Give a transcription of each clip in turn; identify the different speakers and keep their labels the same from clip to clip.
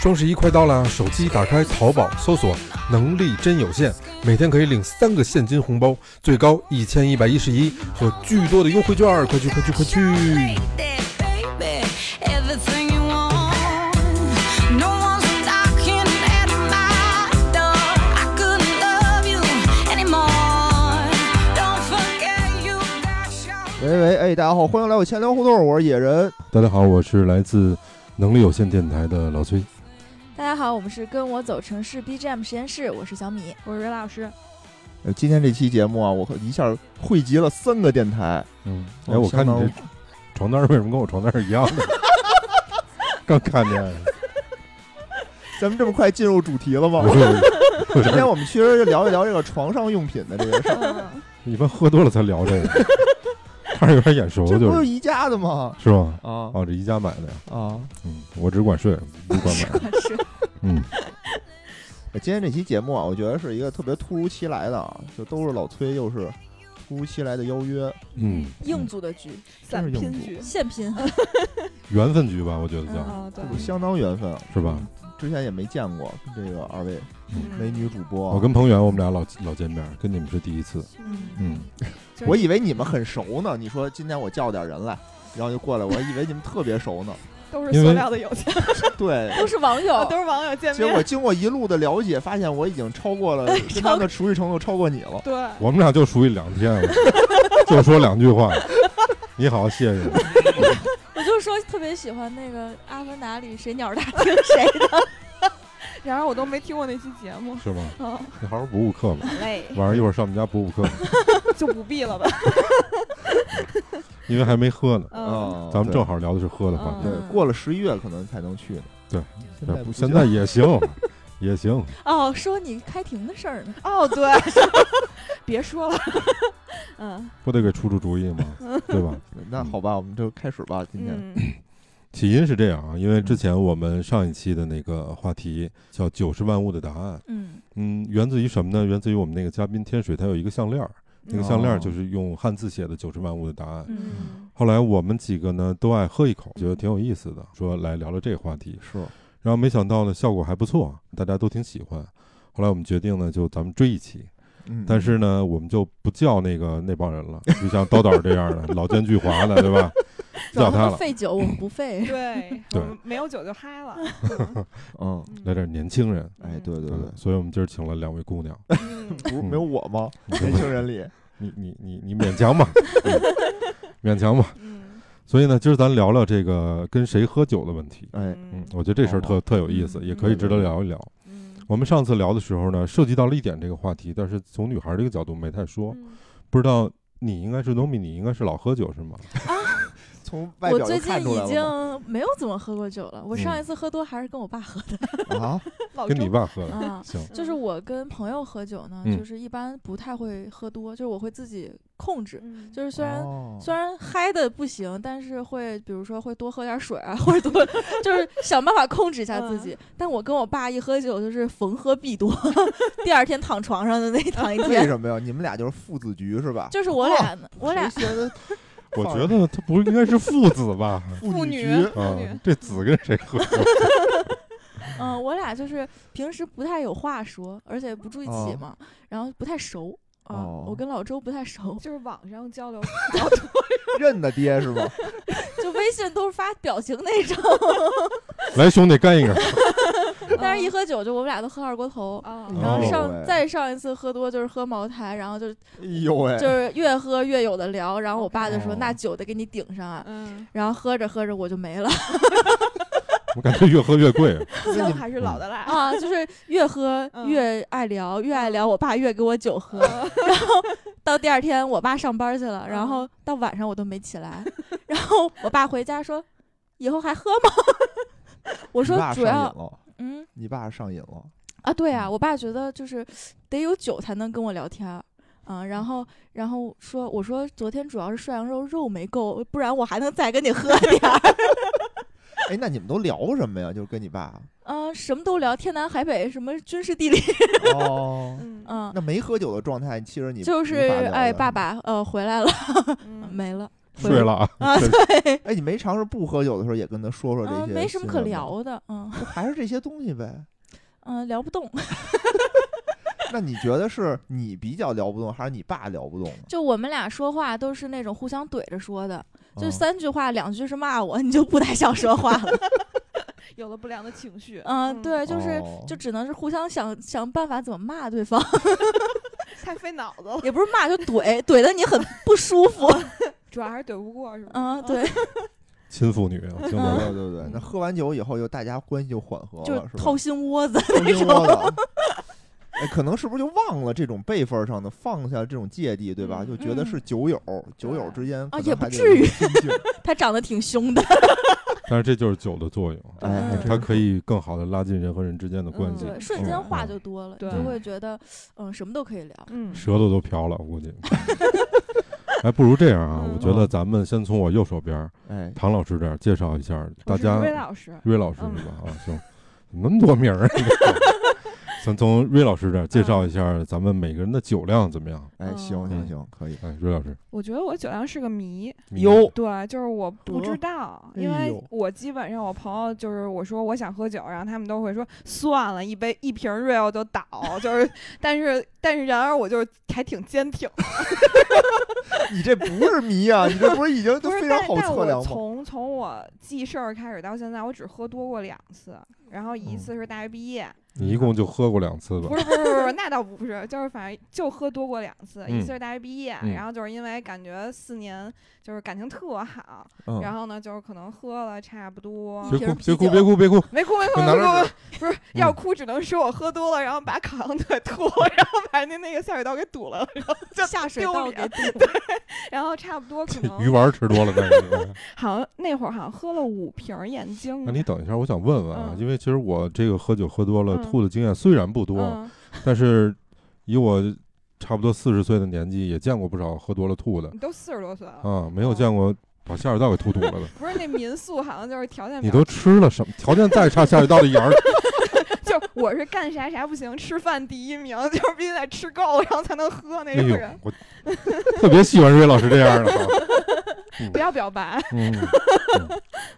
Speaker 1: 双十一快到了，手机打开淘宝，搜索“能力真有限”，每天可以领三个现金红包，最高一千一百一十一和巨多的优惠券儿，快去快去快去！
Speaker 2: 喂喂，哎，大家好，欢迎来我闲聊互动，我是野人。
Speaker 1: 大家好，我是来自能力有限电台的老崔。
Speaker 3: 大家好，我们是跟我走城市 BGM 实验室，我是小米，
Speaker 4: 我是袁老师。
Speaker 2: 呃今天这期节目啊，我一下汇集了三个电台，
Speaker 1: 嗯，
Speaker 2: 哦
Speaker 1: 哎，我看你
Speaker 2: 相当
Speaker 1: 这床单儿为什么跟我床单儿一样 呢？刚看见，
Speaker 2: 咱们这么快进入主题了吗
Speaker 1: 我？我
Speaker 2: 今天我们其实就聊一聊这个床上用品的 这个事儿，
Speaker 4: 嗯
Speaker 1: 一般喝多了才聊这 个，看着有点眼熟，
Speaker 2: 这
Speaker 1: 就
Speaker 2: 不是
Speaker 1: 是
Speaker 2: 宜家的吗？
Speaker 1: 是吧？
Speaker 2: 啊
Speaker 1: 哦，这宜家买的呀，
Speaker 2: 啊！
Speaker 1: 嗯，我只管睡，不管 买，嗯，
Speaker 2: 哎今天这期节目啊，我觉得是一个特别突如其来的啊，就都是老崔，又是突如其来的邀约，
Speaker 1: 嗯，
Speaker 3: 硬组的局，
Speaker 4: 散
Speaker 2: 真是嗯用
Speaker 4: 拼
Speaker 2: 户
Speaker 4: 局
Speaker 3: 现拼，
Speaker 1: 缘分局吧，我觉得叫
Speaker 4: 啊，对
Speaker 2: 这，种相当缘分啊，
Speaker 1: 是吧？
Speaker 2: 之前也没见过这个二位
Speaker 4: 嗯
Speaker 2: 美女主播啊，
Speaker 1: 我跟彭源我们俩老老见面，跟你们是第一次，
Speaker 4: 嗯，
Speaker 1: 嗯，
Speaker 2: 我以为你们很熟呢。你说今天我叫点人来，然后就过来，我还以为你们特别熟呢。
Speaker 4: 都是
Speaker 1: 因为
Speaker 4: 塑料的友情，
Speaker 2: 对，
Speaker 3: 都是网友，
Speaker 4: 啊都是网友见
Speaker 2: 结果
Speaker 4: 面，
Speaker 2: 经过一路的了解，发现我已经超 过了跟他们的熟悉程度超过你了。
Speaker 4: 对，
Speaker 1: 我们俩就属于两天， 就说两句话，你好，谢谢，
Speaker 3: 我就说特别喜欢那个《阿凡达》里谁鸟大听谁的，
Speaker 4: 然而我都没听过那期节目，
Speaker 1: 是吗？
Speaker 4: 嗯，
Speaker 1: 你好好补补课吧，
Speaker 4: 累，
Speaker 1: 晚上一会儿上我们家补补课，
Speaker 4: 就不必了吧，
Speaker 1: 因为还没喝呢。
Speaker 2: 哦
Speaker 4: 嗯，
Speaker 1: 咱们正好聊的是喝的
Speaker 3: 嗯
Speaker 1: 话题，
Speaker 2: 对对过了十一月可能才能去呢。
Speaker 1: 对，
Speaker 2: 现
Speaker 1: 对
Speaker 2: 在不
Speaker 1: 现
Speaker 2: 行
Speaker 1: 在也行， 也行，
Speaker 3: 哦，说你开庭的事儿 呢，
Speaker 4: 哦，对， 别说了，嗯
Speaker 1: 不得给出出主意吗？对吧？
Speaker 2: 那好吧，我们就开始吧。今天
Speaker 4: 嗯，
Speaker 1: 起因是这样啊，因为
Speaker 2: 嗯
Speaker 1: 之前我们上一期的那个话题叫“九十万物的答案
Speaker 3: 嗯”，
Speaker 1: 嗯，源自于什么呢？源自于我们那个嘉宾天水，他有一个项链儿，那个项链儿就是用汉字写的“九十万物的答案”。
Speaker 3: 嗯，
Speaker 1: 后来我们几个呢都爱喝一口，觉得挺有意思的，说来聊聊这个话题。
Speaker 2: 是
Speaker 1: 然后没想到呢，效果还不错，大家都挺喜欢。后来我们决定呢，就咱们追一期，
Speaker 2: 嗯
Speaker 1: 但是呢，我们就不叫那个那帮人了，就像刀导这样的老奸巨猾的，对吧？不叫
Speaker 3: 找
Speaker 1: 他
Speaker 3: 他
Speaker 1: 了
Speaker 3: 们，费酒，我们不费，
Speaker 4: 对，
Speaker 1: 对
Speaker 4: 我们没有酒就嗨 了，
Speaker 2: 嗯，
Speaker 4: 嗯
Speaker 1: 来点年轻人。
Speaker 2: 哎，对对对，
Speaker 1: 所以我们今儿请了两位姑娘，
Speaker 4: 嗯
Speaker 2: 不是没有我吗？
Speaker 1: 嗯
Speaker 2: 年轻人里，
Speaker 1: 你你你你勉强 吧，嗯勉强吧。
Speaker 4: 嗯，
Speaker 1: 所以呢，今儿咱聊聊这个跟谁喝酒的问题。
Speaker 2: 哎，
Speaker 1: 嗯
Speaker 4: 嗯，
Speaker 1: 我觉得这事儿特特有意思，
Speaker 3: 嗯
Speaker 1: 也可以值得聊一聊。
Speaker 4: 嗯，
Speaker 1: 我们上次聊的时候呢，涉及到了一点这个话题，但是从女孩这个角度没太说。
Speaker 4: 嗯
Speaker 1: 不知道你应该是农民，你应该是老喝酒是吗？
Speaker 2: 从外
Speaker 3: 我
Speaker 2: 表
Speaker 3: 最
Speaker 2: 就
Speaker 3: 近
Speaker 2: 看出来
Speaker 3: 已
Speaker 2: 了
Speaker 3: 经没有怎么喝过酒了，我上一次喝多还是跟我爸喝的
Speaker 2: 吗啊，
Speaker 4: 老
Speaker 1: 跟
Speaker 4: 周
Speaker 1: 你爸喝的。
Speaker 4: 嗯
Speaker 3: 啊。
Speaker 1: 行，
Speaker 3: 就是，我跟朋友喝酒呢，
Speaker 1: 嗯
Speaker 3: 就是一般不太会喝多，就是我会自己控制，
Speaker 4: 嗯
Speaker 3: 就是 虽然
Speaker 2: 哦
Speaker 3: 虽然嗨的不行，但是会比如说会多喝点水啊，或者多 就是想办法控制一下自己。但我跟我爸一喝酒就是逢喝必多， 第二天躺床上的 那躺一
Speaker 2: 为
Speaker 3: 天。
Speaker 2: 什么呀？你们俩就是父子局是吧？
Speaker 3: 就是我俩
Speaker 2: 哦
Speaker 3: 呢，我俩
Speaker 2: 谁觉得
Speaker 1: 我觉得他不应该是父子 吧？
Speaker 2: 父
Speaker 4: 女
Speaker 2: 局
Speaker 1: 啊
Speaker 4: 女，
Speaker 1: 这子跟谁喝？
Speaker 3: 嗯、我俩就是平时不太有话说，而且不住一起
Speaker 2: 哦
Speaker 3: 嘛，然后不太熟啊。
Speaker 2: 哦
Speaker 3: 我跟老周不太熟，
Speaker 4: 就是网上交流，
Speaker 2: 认的爹是吗？
Speaker 3: 就微信都是发表情那种，
Speaker 1: 来，兄弟干一个！
Speaker 3: 但是一喝酒就我们俩都喝二锅头。
Speaker 4: 啊，
Speaker 3: 然后
Speaker 1: 哦
Speaker 3: 上、
Speaker 2: 喂
Speaker 3: 再上一次喝多就是喝茅台，然后就
Speaker 2: 哎呦喂，
Speaker 3: 就是越喝越有的聊。然后我爸就说：“
Speaker 2: 哦
Speaker 3: 那酒得给你顶上啊。
Speaker 4: 嗯，”
Speaker 3: 然后喝着喝着我就没了
Speaker 1: 我感觉越喝越 贵。
Speaker 4: 姜还是老的辣，
Speaker 3: 啊，就是越喝
Speaker 4: 嗯
Speaker 3: 越爱聊，越爱聊，我爸越给我酒喝。 然后到第二天我爸上班去了，然后到晚上我都没起来。然后我爸回家说：“以后还喝吗？” 我
Speaker 2: 我
Speaker 3: 说：“主要
Speaker 2: 了，
Speaker 3: 嗯
Speaker 2: 你爸上瘾了，
Speaker 3: 啊，对啊，我爸觉得就是得有酒才能跟我聊天儿。”啊，然后，然后说，我说昨天主要是涮羊肉肉没够，不然我还能再 跟你喝点儿。
Speaker 2: 哎，那你们都聊什么呀？就是跟你爸
Speaker 3: 嗯、什么都聊，天南海北，什么军事 地理，
Speaker 2: 哦，
Speaker 4: 嗯
Speaker 3: 嗯、
Speaker 2: 那没喝酒的状态，其实你
Speaker 3: 就是
Speaker 2: 无
Speaker 3: 哎
Speaker 2: 法聊的
Speaker 3: 哎，爸，爸，呃，回来了，
Speaker 4: 嗯
Speaker 3: 没了，回
Speaker 1: 睡了啊，
Speaker 3: 啊，
Speaker 1: 真
Speaker 3: 对，
Speaker 2: 哎，你没尝试不喝酒的时候也跟他说说这
Speaker 3: 嗯，
Speaker 2: 些、
Speaker 3: 没什么可，聊的，嗯
Speaker 2: 就 还是这些东西呗。
Speaker 3: 嗯，聊不动。
Speaker 2: 那你觉得是你比较聊不动，还是你爸聊不动呢？
Speaker 3: 就我们俩说话都是那种互相怼着说的，就
Speaker 2: 嗯
Speaker 3: 三句话，两句是骂我，你就不太想说话 了。
Speaker 4: 有了不良的情绪。
Speaker 3: 嗯，，对，就是
Speaker 2: 哦
Speaker 3: 就只能是互相想想办法怎么骂对方，
Speaker 4: 太费脑子了，
Speaker 3: 也不是骂，就怼，怼的你很不舒服。
Speaker 1: 哦
Speaker 4: 主要还是怼不过，是吧？
Speaker 3: 嗯，对，
Speaker 1: 亲妇女，啊我听
Speaker 4: 嗯
Speaker 2: 对
Speaker 1: 过。
Speaker 2: 对对对，那喝完酒以后就大家关系就缓
Speaker 1: 哦
Speaker 2: 和
Speaker 3: 嗯就
Speaker 2: 了，是吧？
Speaker 3: 掏心窝子
Speaker 2: 偷
Speaker 3: 那
Speaker 2: 心窝
Speaker 3: 种。
Speaker 2: 子。哎，可能是不是就忘了这种辈分上的放下这种芥蒂，对吧？
Speaker 4: 嗯
Speaker 2: 就觉得是酒友，酒友之间可能
Speaker 3: 啊也不
Speaker 2: 还得
Speaker 3: 至于
Speaker 2: 有亲近
Speaker 3: 他长得挺凶的，
Speaker 1: 但是这就是酒的作用，啊
Speaker 2: 哎，还
Speaker 3: 嗯
Speaker 2: 真
Speaker 1: 它
Speaker 2: 是
Speaker 1: 可以更好的拉近人和人之间的关系。
Speaker 4: 嗯对
Speaker 3: 瞬间话就多了，你
Speaker 4: 对
Speaker 3: 就会觉得嗯什么都可以聊。
Speaker 4: 嗯
Speaker 1: 舌头都瓢了，我估计。 哎，不如这样啊，
Speaker 4: 嗯
Speaker 1: 我觉得咱们先从我右手边儿
Speaker 2: 哎，
Speaker 1: 唐老师这儿介绍一下大家。
Speaker 4: 魏老师，
Speaker 1: 瑞老师是吧？啊，行，怎么那么多名儿啊！ 咱从瑞老师这儿介绍一下咱们每个人的酒量怎么样？
Speaker 2: 哎，行行
Speaker 1: 嗯
Speaker 2: 行，可以。
Speaker 1: 哎，瑞老师，
Speaker 4: 我觉得我酒量是个谜，
Speaker 1: 哟，
Speaker 4: 对，就是我不知道，
Speaker 2: 得
Speaker 4: 因
Speaker 2: 哎
Speaker 4: 为
Speaker 2: 呦
Speaker 4: 我基本上我朋友就是我说我想喝酒，然后他们都会说算了，一杯一瓶 real 就倒，就是 但是但是然而我就是还挺坚挺，
Speaker 2: 你这不是迷啊，你这不是已经都
Speaker 4: 不是
Speaker 2: 非常
Speaker 4: 但
Speaker 2: 好
Speaker 4: 但
Speaker 2: 测
Speaker 4: 我
Speaker 2: 量吗？
Speaker 4: 从从我记事儿开始到现在，我只喝多过两次，然后一
Speaker 1: 嗯
Speaker 4: 次是大学毕业，
Speaker 1: 你一共就喝过两次吧
Speaker 4: 不？是不是不是不是，那倒不是，就是反正就喝多过两次，一
Speaker 1: 嗯
Speaker 4: 次是大学毕业，
Speaker 1: 嗯
Speaker 4: 然后就是因为感觉四年就是感情特好，
Speaker 2: 嗯，
Speaker 4: 然后呢就是可能喝了差不多。
Speaker 1: 别
Speaker 3: 一
Speaker 1: 哭，
Speaker 3: 瓶
Speaker 1: 别哭，
Speaker 3: 啤酒
Speaker 1: 别哭，别哭！
Speaker 4: 没哭没哭
Speaker 1: 我
Speaker 4: 没
Speaker 1: 拿
Speaker 4: 哭
Speaker 1: 着
Speaker 4: 没哭，不是要
Speaker 1: 嗯
Speaker 4: 哭，只能说我喝多了，然后把烤羊腿吐了，然后把人家那个下水道给堵了，然后就
Speaker 3: 下水
Speaker 4: 丢
Speaker 3: 道
Speaker 4: 脸
Speaker 3: 给堵了，
Speaker 4: 然后差不多 可
Speaker 1: 鱼
Speaker 4: 能
Speaker 1: 丸吃多了再嗯说。
Speaker 4: 好像那会儿好像喝了五瓶儿
Speaker 2: 啊
Speaker 4: 燕京
Speaker 1: 那
Speaker 4: 吧，
Speaker 1: 你等一下，我想问问啊，
Speaker 4: 嗯
Speaker 1: 因为其实我这个喝酒喝多了
Speaker 4: 嗯
Speaker 1: 吐的经验虽然不多，
Speaker 4: 嗯，
Speaker 1: 但是以我差不多四十岁的年纪，也见过不少喝多了吐的
Speaker 4: 你都四十多岁了，
Speaker 1: 啊，没有见过把下水道给吐吐了 的。
Speaker 4: 不是那民宿好像就是条件比
Speaker 1: 你
Speaker 4: 较
Speaker 1: 都吃了什么？条件再差，下水道的眼 儿
Speaker 4: 就是我是干啥啥不行，吃饭第一名， 就是必须得吃够，然后才能喝那
Speaker 1: 哎
Speaker 4: 种
Speaker 1: 呦
Speaker 4: 人。，
Speaker 1: 我特别喜欢瑞老师这样的啊。
Speaker 4: 不要表白，
Speaker 1: 嗯，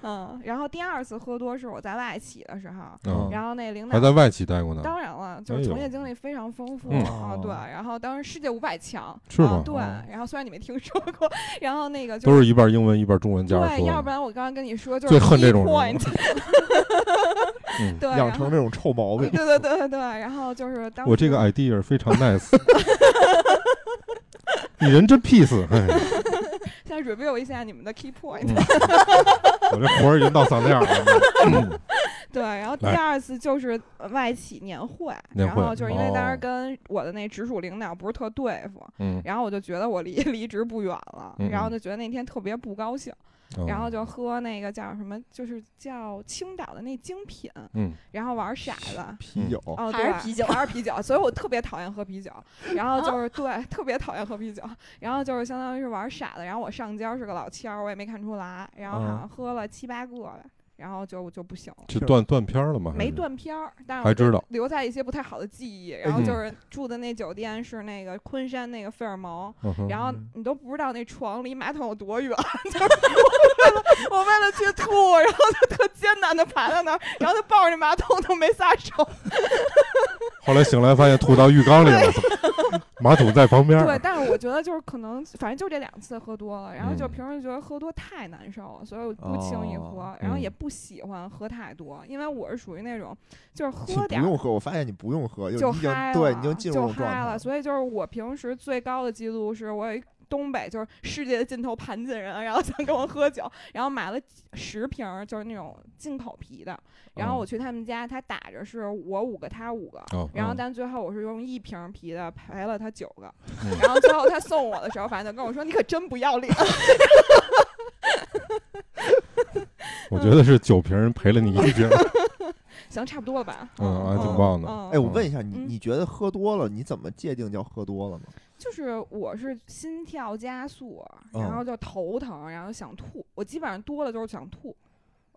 Speaker 4: 嗯。然后第二次喝多是我在外企的时候，
Speaker 1: 嗯
Speaker 4: 然后那领
Speaker 1: 还
Speaker 4: 导
Speaker 1: 在外企待过呢，
Speaker 4: 当然了，就
Speaker 1: 哎
Speaker 4: 是
Speaker 1: 呦
Speaker 4: 从业经历非常丰富、
Speaker 1: 嗯
Speaker 4: 啊，对。然后当时世界五百强
Speaker 1: 是
Speaker 4: 啊
Speaker 1: 吗
Speaker 4: 对。
Speaker 1: 哦
Speaker 4: 然后虽然你没听说过，然后那个就
Speaker 1: 都是一半英文一半中文加着
Speaker 4: 对，要
Speaker 1: 说
Speaker 4: 不
Speaker 1: 的。
Speaker 4: 然我刚刚跟你说就是
Speaker 1: 最恨这
Speaker 4: key
Speaker 1: 种人
Speaker 4: point，
Speaker 1: 嗯，
Speaker 4: 对，
Speaker 2: 养
Speaker 4: 然后
Speaker 2: 成这种臭毛
Speaker 4: 对
Speaker 2: 病，
Speaker 4: 对对对对，然后就是当时
Speaker 1: 我这个 idea 非常 nice。你人真 peace，哎，
Speaker 4: 现在 review 一下你们的 key point，、
Speaker 1: 嗯 我这活儿已经到嗓子眼儿 了。
Speaker 4: 对，然后第
Speaker 1: 来
Speaker 4: 二次就是呃外企年会，
Speaker 1: 年
Speaker 4: 然
Speaker 1: 会
Speaker 4: 后就是因为当时
Speaker 1: 哦
Speaker 4: 跟我的那直属领导不是特对付，
Speaker 1: 嗯，
Speaker 4: 然后我就觉得我离 离职不远了，
Speaker 1: 嗯
Speaker 4: 然后
Speaker 1: 嗯
Speaker 4: 就觉得那天特别不高兴，
Speaker 1: 嗯
Speaker 4: 然后就喝那个叫什么，就是叫青岛的那精品，
Speaker 1: 嗯，
Speaker 4: 然后玩骰子。
Speaker 2: 啤酒，
Speaker 4: 哦，
Speaker 3: 还是
Speaker 4: 对
Speaker 3: 啤酒哦
Speaker 4: 还是啤酒，所以我特别讨厌 喝啤酒。然后就是对，特别讨厌喝啤酒。然后就是相当于是玩傻的。然后我上家是个老千儿，我也没看出来。然后好
Speaker 1: 嗯
Speaker 4: 像喝了七八个吧，然后就就不行了。
Speaker 1: 这断断片儿了吗？还
Speaker 4: 没
Speaker 1: 哦是，
Speaker 4: 断片儿，但是
Speaker 1: 还
Speaker 4: 我就
Speaker 1: 知道
Speaker 4: 留下一些不太好的记忆。然
Speaker 2: 嗯
Speaker 4: 后就是住的那酒店是那个昆山那个费尔蒙，
Speaker 1: 嗯哼
Speaker 4: 然后
Speaker 2: 嗯
Speaker 4: 你都不知道那床离马桶有多远， 就是我为了我为了去吐，然后就特艰难的爬到那儿，然后就抱着那马桶都没 撒手。
Speaker 1: 后来醒来发现吐到浴缸里了，马桶在旁边儿。啊
Speaker 4: 对，但是我觉得就是可能，反正就这两次喝多了，然后就
Speaker 1: 嗯
Speaker 4: 平时觉得喝多太难受了，所以我不轻易喝，
Speaker 2: 哦
Speaker 4: 然后
Speaker 1: 嗯
Speaker 4: 也不喜欢喝太多，因为我是属于那种就是
Speaker 2: 你
Speaker 4: 喝
Speaker 2: 不
Speaker 4: 点儿
Speaker 2: 用喝，我发现你不用喝，
Speaker 4: 就
Speaker 2: 你已经
Speaker 4: 嗨了，
Speaker 2: 对，你已经进入
Speaker 4: 就
Speaker 2: 这种状
Speaker 4: 嗨
Speaker 2: 态
Speaker 4: 了。。所以就是我平时最高的记录是我有一东北就是世界的尽头盘锦人，然后想跟我喝酒，然后买了几十瓶儿就是那种进口啤的，然
Speaker 2: 哦
Speaker 4: 后我去他们家，他打着是我五个，他五个。
Speaker 1: 嗯哦，
Speaker 4: 然后，
Speaker 1: 嗯
Speaker 4: 但最后我是用一瓶儿啤的赔了他九个，
Speaker 1: 嗯
Speaker 4: 然后最后他送我的时候，反正就跟我说：“你可真不要脸。
Speaker 1: 我觉得是酒瓶儿赔了你一瓶儿，”
Speaker 4: 行，差不多了吧？
Speaker 1: 嗯，还挺
Speaker 4: 嗯
Speaker 1: 棒的。
Speaker 4: 嗯
Speaker 2: 哎，我问一下，你
Speaker 4: 嗯
Speaker 2: 你觉得喝多了，你怎么界定叫喝多了呢？
Speaker 4: 就是我是心跳加速，啊
Speaker 2: 嗯
Speaker 4: 然后就头疼，然后想吐。我基本上多了就是想吐。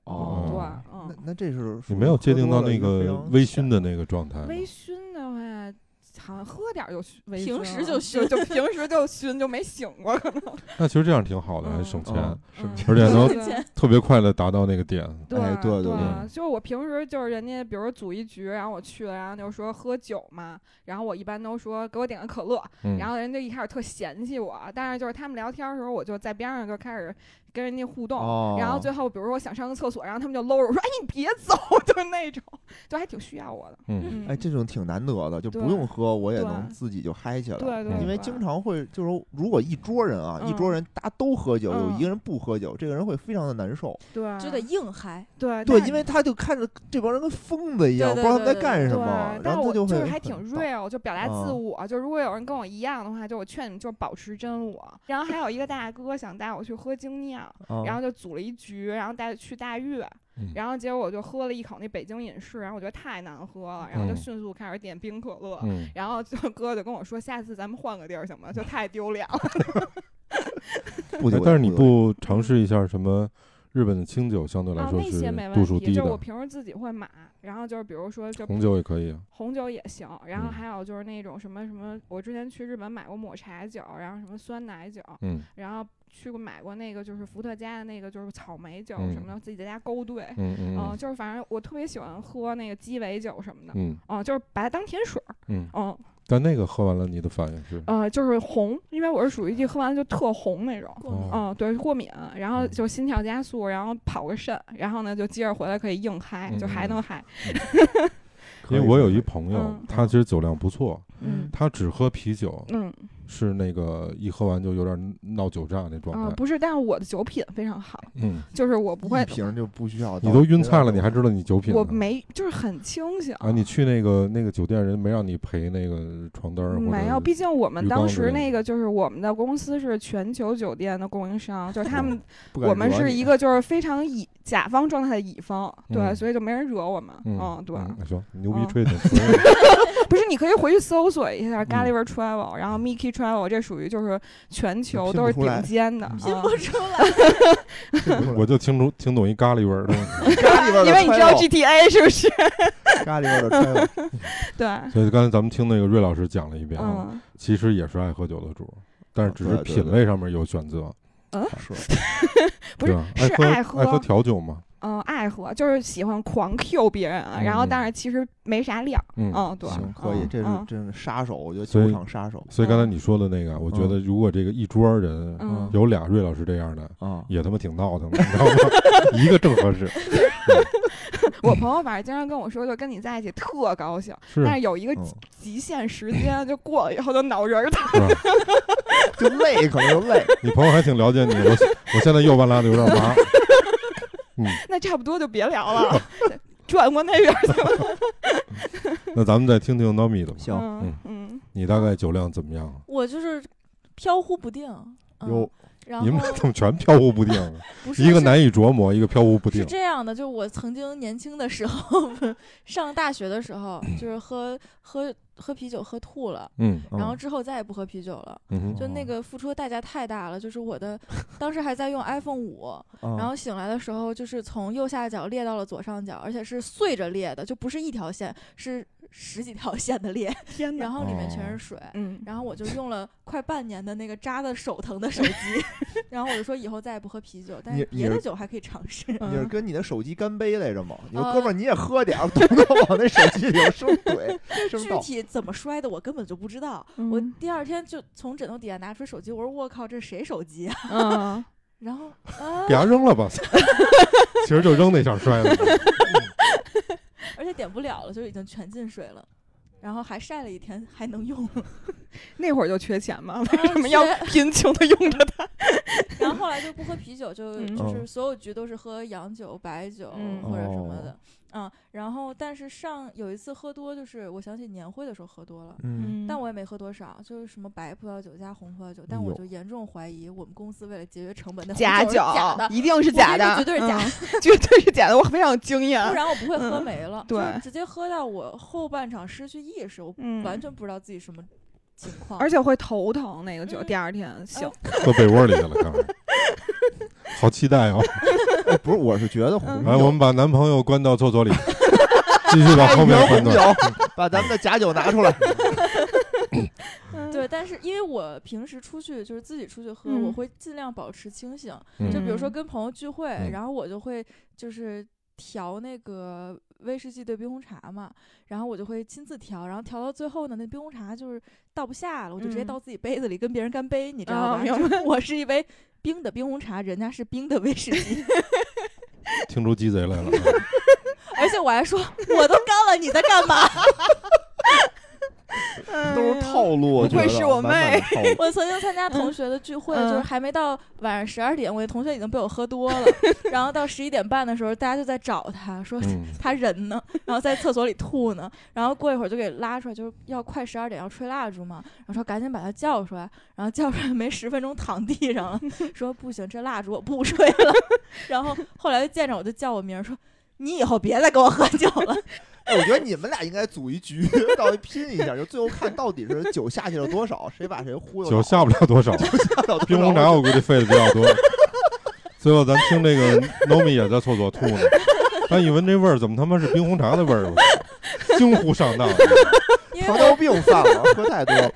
Speaker 1: 哦
Speaker 4: 对，
Speaker 2: 那
Speaker 4: 嗯。
Speaker 2: 那这是
Speaker 1: 你没有界定到那
Speaker 2: 个嗯
Speaker 1: 微醺的那个状态吗，
Speaker 4: 微醺的话，好像喝点儿就熏微醺
Speaker 3: 平
Speaker 4: 了
Speaker 3: 时就
Speaker 4: 就就平时就熏就没醒 过，可能
Speaker 1: 那其实这样挺好的，还
Speaker 4: 嗯
Speaker 1: 省钱，
Speaker 2: 嗯
Speaker 4: 嗯
Speaker 1: 而且能
Speaker 4: 对
Speaker 1: 特别快的达到那个点。
Speaker 4: 对、
Speaker 2: 哎对对
Speaker 4: 对
Speaker 1: 对
Speaker 4: 就是我平时就是人家，比如组一局，然后我去了，然后就说喝酒嘛，然后我一般都说给我点个可乐，
Speaker 1: 嗯，
Speaker 4: 然后人家一开始特嫌弃我，但是就是他们聊天儿的时候，我就在边上就开始跟人家互动，
Speaker 2: 哦，
Speaker 4: 然后最后比如说我想上个厕所，然后他们就搂着我说：“哎，你别走！” 就是那种，就还挺需要我的。
Speaker 1: 嗯，
Speaker 4: 嗯，
Speaker 2: 哎，这种挺难得的，就
Speaker 4: 对
Speaker 2: 不用喝，我也能
Speaker 4: 对
Speaker 2: 自己就嗨起来。
Speaker 4: 对对，
Speaker 2: 因为
Speaker 4: 对
Speaker 2: 经常会就是说，如果一桌人啊，一桌
Speaker 4: 嗯
Speaker 2: 人大家都喝酒，有
Speaker 4: 嗯
Speaker 2: 一个人不喝酒，这个人会非常的难受。
Speaker 4: 对
Speaker 3: 就得硬嗨，
Speaker 4: 对
Speaker 2: 对，
Speaker 4: 但
Speaker 2: 因为他就看着这帮人跟疯子一样，不
Speaker 3: 对对
Speaker 2: 知道他们在
Speaker 3: 对对
Speaker 2: 干
Speaker 4: 对
Speaker 2: 什么，，
Speaker 4: 但
Speaker 2: 然
Speaker 4: 是
Speaker 2: 后
Speaker 4: 我
Speaker 2: 他就会
Speaker 4: 是
Speaker 2: 很
Speaker 4: 还挺
Speaker 2: 倒
Speaker 4: real，就表达自
Speaker 2: 啊
Speaker 1: 嗯
Speaker 4: 我。就如果有人跟我一样的话，就我劝你们就保持真我。然后还有一个大哥想带我去喝精酿，
Speaker 2: 啊
Speaker 4: 然后就组了一局，然后带去大悦
Speaker 1: 嗯，
Speaker 4: 然后结果我就喝了一口那北京饮式，然后我觉得太难喝了，然后就
Speaker 1: 嗯
Speaker 4: 迅速开始点冰可乐。
Speaker 1: 嗯，
Speaker 4: 然后就哥就跟我说，下次咱们换个地儿行吗？就太丢脸了。
Speaker 2: 不
Speaker 1: 哎
Speaker 2: 久
Speaker 1: 但是你
Speaker 2: 久
Speaker 1: 不尝试一下什么日本的清酒，相对来
Speaker 4: 啊，
Speaker 1: 说
Speaker 4: 那
Speaker 1: 是
Speaker 4: 些没
Speaker 1: 度
Speaker 4: 问
Speaker 1: 数
Speaker 4: 题，
Speaker 1: 低
Speaker 4: 就是
Speaker 1: 的，
Speaker 4: 我平时自己会买，然后就是比如说就
Speaker 1: 红酒也可以。啊
Speaker 4: 红酒也行，然
Speaker 1: 嗯
Speaker 4: 后还有就是那种什么什么，我之前去日本买过抹茶酒，然后什么酸奶酒，
Speaker 1: 嗯
Speaker 4: 然后去过买过那个就是伏特加的那个就是草莓酒什么的，自己在家勾兑，
Speaker 1: 嗯嗯
Speaker 4: 嗯，
Speaker 1: 嗯
Speaker 4: 就是反正我特别喜欢喝那个鸡尾酒什么的，
Speaker 1: 嗯
Speaker 4: 嗯，就是把它当甜水儿，
Speaker 1: 嗯，
Speaker 4: 嗯
Speaker 1: 但那个喝完了你的反应是，
Speaker 4: 呃，就是红，因为我是属于一喝完就特红那种。
Speaker 3: 过敏
Speaker 1: 哦
Speaker 4: 嗯，对，过敏，
Speaker 1: 嗯
Speaker 4: 然后就心跳加速，然后跑个肾，然后呢就接着回来可以硬嗨，就
Speaker 1: 嗯
Speaker 4: 还能嗨，
Speaker 1: 因为我有一朋友
Speaker 4: 嗯，
Speaker 1: 他其实酒量不错，
Speaker 4: 嗯
Speaker 1: 他只喝啤酒，
Speaker 4: 嗯
Speaker 1: 是那个一喝完就有点闹酒炸那
Speaker 4: 啊、
Speaker 1: 状态。
Speaker 4: 不是，但是我的酒品非常好，
Speaker 1: 嗯，
Speaker 4: 就是我不会
Speaker 2: 一，瓶就不需要倒，
Speaker 1: 你都晕菜了，
Speaker 2: 别
Speaker 1: 你还知道你酒品呢？
Speaker 4: 我没，就是很清醒
Speaker 1: 啊，你去那个那个酒店，人没让你陪那个床单儿，或
Speaker 4: 嗯没
Speaker 1: 者
Speaker 4: 有，毕竟我们
Speaker 1: 浴缸
Speaker 4: 当
Speaker 1: 之类
Speaker 4: 时那
Speaker 1: 的
Speaker 4: 个就是我们的公司是全球酒店的供应商，就是他 们
Speaker 2: 不敢
Speaker 4: 我们
Speaker 2: 惹
Speaker 4: 是
Speaker 2: 你
Speaker 4: 一个就是非常乙甲方状态的乙方，对，
Speaker 1: 嗯
Speaker 4: 所以就没人惹我们，
Speaker 1: 嗯
Speaker 4: 哦对，
Speaker 1: 嗯行，牛逼
Speaker 4: 嗯
Speaker 1: 吹的，所以
Speaker 4: 不是，你可以回去搜索一下
Speaker 1: 嗯
Speaker 4: Gulliver Travel，、然后 Mickey Travel，这属于就是全球
Speaker 2: 拼
Speaker 4: 都
Speaker 2: 不
Speaker 4: 是
Speaker 2: 出来
Speaker 4: 顶尖的，
Speaker 3: 拼
Speaker 4: 嗯
Speaker 1: 哦
Speaker 3: 不出 来，
Speaker 1: 我就听出听懂一咖喱味儿的东西。
Speaker 2: 咖喱味儿的
Speaker 4: 因为你知
Speaker 2: 揣
Speaker 4: 道
Speaker 2: 肉
Speaker 4: GTA 是不是？
Speaker 2: 咖喱味儿的揣肉
Speaker 4: 对，
Speaker 1: 所以刚才咱们听那个瑞老师讲了一遍啊，
Speaker 4: 嗯，
Speaker 1: 其实也是爱喝酒的主，但是只是
Speaker 2: 对对
Speaker 1: 品
Speaker 2: 对
Speaker 1: 类上面有选择，
Speaker 2: 是
Speaker 4: 不是
Speaker 1: 对吧
Speaker 4: 是
Speaker 1: 爱
Speaker 4: 爱
Speaker 1: 喝
Speaker 4: 喝
Speaker 1: 调酒嘛，
Speaker 4: 嗯，爱喝就是喜欢狂 Q 别人，然后
Speaker 1: 嗯
Speaker 4: 但是其实没啥料，
Speaker 1: 嗯
Speaker 4: 嗯，对，
Speaker 1: 行
Speaker 2: 行可以，
Speaker 4: 嗯
Speaker 2: 这是
Speaker 4: 嗯
Speaker 2: 真是杀手，我觉得
Speaker 1: 所
Speaker 2: 酒
Speaker 1: 以
Speaker 2: 场杀手
Speaker 1: 所以
Speaker 3: 嗯
Speaker 1: 刚才你说的那个，我觉得如果这个一桌儿人
Speaker 4: 嗯
Speaker 1: 有俩瑞老师这样的，
Speaker 3: 嗯
Speaker 2: 啊，
Speaker 1: 也他妈挺闹腾的，你知道吗？ 一个正合 适，
Speaker 4: 我朋友反正经常跟我说，就跟你在一起特高兴，
Speaker 1: 是
Speaker 4: 但是有一个
Speaker 2: 嗯
Speaker 4: 极极限时间就过了以后就脑仁儿疼。
Speaker 1: 是吧？
Speaker 2: 就累，可能就 累，
Speaker 1: 你朋友还挺了解你，我 我现在右半拉的有点麻，
Speaker 4: 那差不多就别聊了，转过那边儿去了。
Speaker 1: 那咱们再听听 Nomi 的吧，
Speaker 2: 行
Speaker 4: 嗯嗯，
Speaker 1: 你大概酒量怎么样？
Speaker 3: 我就是飘忽不定。嗯
Speaker 2: 有，
Speaker 3: 然
Speaker 1: 你们
Speaker 3: 后
Speaker 1: 怎么全飘忽不 定啊？
Speaker 3: 不是
Speaker 1: 一个
Speaker 3: 是
Speaker 1: 难以琢磨，一个飘忽不
Speaker 3: 是
Speaker 1: 定。
Speaker 3: 这样的，就我曾经年轻的时候， 上大学的时候，就是喝喝喝啤酒喝吐了，
Speaker 1: 嗯
Speaker 3: 然后
Speaker 2: 嗯
Speaker 3: 之后再也不喝啤酒了。
Speaker 1: 嗯哼，
Speaker 3: 就那个付出的代价太大了，就是我的当时还在用 iPhone 五，
Speaker 2: 啊
Speaker 3: 然后醒来的时候就是从右下角裂到了左上角，而且是碎着裂的，就不是一条线，是十几条线的裂，
Speaker 4: 天
Speaker 3: 然
Speaker 4: 哪！
Speaker 3: 后里面全是水。
Speaker 4: 嗯，
Speaker 3: 然后我就用了快半年的那个扎的手疼的手机， 然后我就说以后再也不喝啤酒，但
Speaker 2: 你
Speaker 3: 是
Speaker 2: 你
Speaker 3: 别的
Speaker 2: 是
Speaker 3: 酒还可以尝试。
Speaker 4: 嗯
Speaker 2: 你是跟你的手机干杯来着吗？你说
Speaker 3: 呃
Speaker 2: 哥们儿你也喝点儿，咚 咚往那手机里头生怼，生
Speaker 3: 具
Speaker 2: 倒。
Speaker 3: 体怎么摔的我根本就不知道，
Speaker 4: 嗯
Speaker 3: 我第二天就从枕头底下拿出手机，我说我靠，这是谁手机啊？
Speaker 4: 嗯，
Speaker 3: 然后啊
Speaker 1: 给，他扔了 吧，其实就扔那下摔了。
Speaker 3: 而且点不了了，就已经全进水了。然后还晒了一天，还能用。
Speaker 4: 那会儿就缺钱嘛，
Speaker 3: 为
Speaker 4: 为 什么要贫穷的用着它？
Speaker 3: 然后后来就不喝啤酒，就
Speaker 4: 嗯
Speaker 3: 就是所有局都是喝洋酒、白酒
Speaker 4: 嗯
Speaker 3: 或者什么的。嗯，然后但是上有一次喝多，就是我想起年会的时候喝多了，
Speaker 2: 嗯，
Speaker 3: 但我也没喝多少，就是什么白葡萄酒加红葡萄酒，但我
Speaker 2: 哟
Speaker 3: 就严重怀疑我们公司为了节约成本，那红
Speaker 4: 假
Speaker 3: 酒是假的，
Speaker 4: 一 定是
Speaker 3: 我
Speaker 4: 假
Speaker 3: 这个
Speaker 4: 的，
Speaker 3: 绝对是假
Speaker 4: 嗯，绝对是假的，我非常有经验。
Speaker 3: 不然我不会喝没了，
Speaker 4: 嗯对
Speaker 3: 就是直接喝到我后半场失去意识，我
Speaker 4: 嗯
Speaker 3: 完全不知道自己什么情况，
Speaker 4: 而且会头疼，那个酒
Speaker 3: 嗯
Speaker 4: 第二天醒。
Speaker 1: 搁被窝里去了，刚才。好期待 哦！
Speaker 2: 哎，不是，我是觉得
Speaker 4: 嗯
Speaker 2: 红
Speaker 1: 来，哎我
Speaker 2: 酒，
Speaker 1: 们把男朋友关 到厕所里，继续往
Speaker 2: 开
Speaker 1: 后
Speaker 2: 一瓶
Speaker 3: 哎
Speaker 1: 面判
Speaker 2: 红
Speaker 1: 断。
Speaker 4: 哎
Speaker 2: 酒，把咱们的假酒拿出来。
Speaker 3: 嗯对，但是因为我平时出去就是自己出去喝，
Speaker 4: 嗯
Speaker 3: 我会尽量保持清醒。
Speaker 1: 嗯
Speaker 3: 就比如说
Speaker 4: 嗯
Speaker 3: 跟朋友聚会，
Speaker 1: 嗯
Speaker 3: 然后我就会就是调那个威士忌兑冰红茶嘛，然后我就会亲自调，然后调到最后呢，那冰红茶就是倒不下了，我就直接
Speaker 4: 嗯
Speaker 3: 倒自己杯子里跟别人干杯，你知道
Speaker 4: 哦
Speaker 3: 吧？
Speaker 4: 明
Speaker 3: 就是我是一杯冰的冰红茶，人家是冰的威士忌，
Speaker 1: 听出鸡贼来 了。
Speaker 3: 而且我还说 我都干了，你在干嘛？
Speaker 4: 哎
Speaker 2: 都是套路，我
Speaker 4: 不愧
Speaker 2: 觉得
Speaker 4: 是我
Speaker 2: 满满的
Speaker 4: 妹
Speaker 2: 套路
Speaker 3: 我曾经参加同学的聚会，
Speaker 4: 嗯
Speaker 3: 就是还没到晚上十二点，我那同学已经被我喝多 了，然后到十一点半的时候，大家就在找他说
Speaker 1: 嗯
Speaker 3: 他人呢，然后在厕所里吐呢，然后过一会儿就给拉出来，就是要快十二点要吹蜡烛嘛，然后说赶紧把他叫出来，然后叫出来没十分钟躺地上 了，说不行，这蜡烛我不吹了，然后后来就见着我就叫我名儿说。你以后别再跟我喝酒了，
Speaker 2: 哎，我觉得你们俩应该组一局，到底拼一下，就最后看到底是酒下去了多少，谁把谁忽悠
Speaker 1: 酒
Speaker 2: 倒
Speaker 1: 下不了多 少，
Speaker 2: 下到
Speaker 1: 冰红茶我估计费的比较多。最后咱听这个 Nomi 也在厕所吐呢，咱一闻这味儿，怎么他妈是冰红茶的味儿？我 操惊呼上
Speaker 4: 嗯
Speaker 1: 当！
Speaker 3: 因为
Speaker 2: 糖
Speaker 3: 我
Speaker 2: 尿病犯了，喝太多了。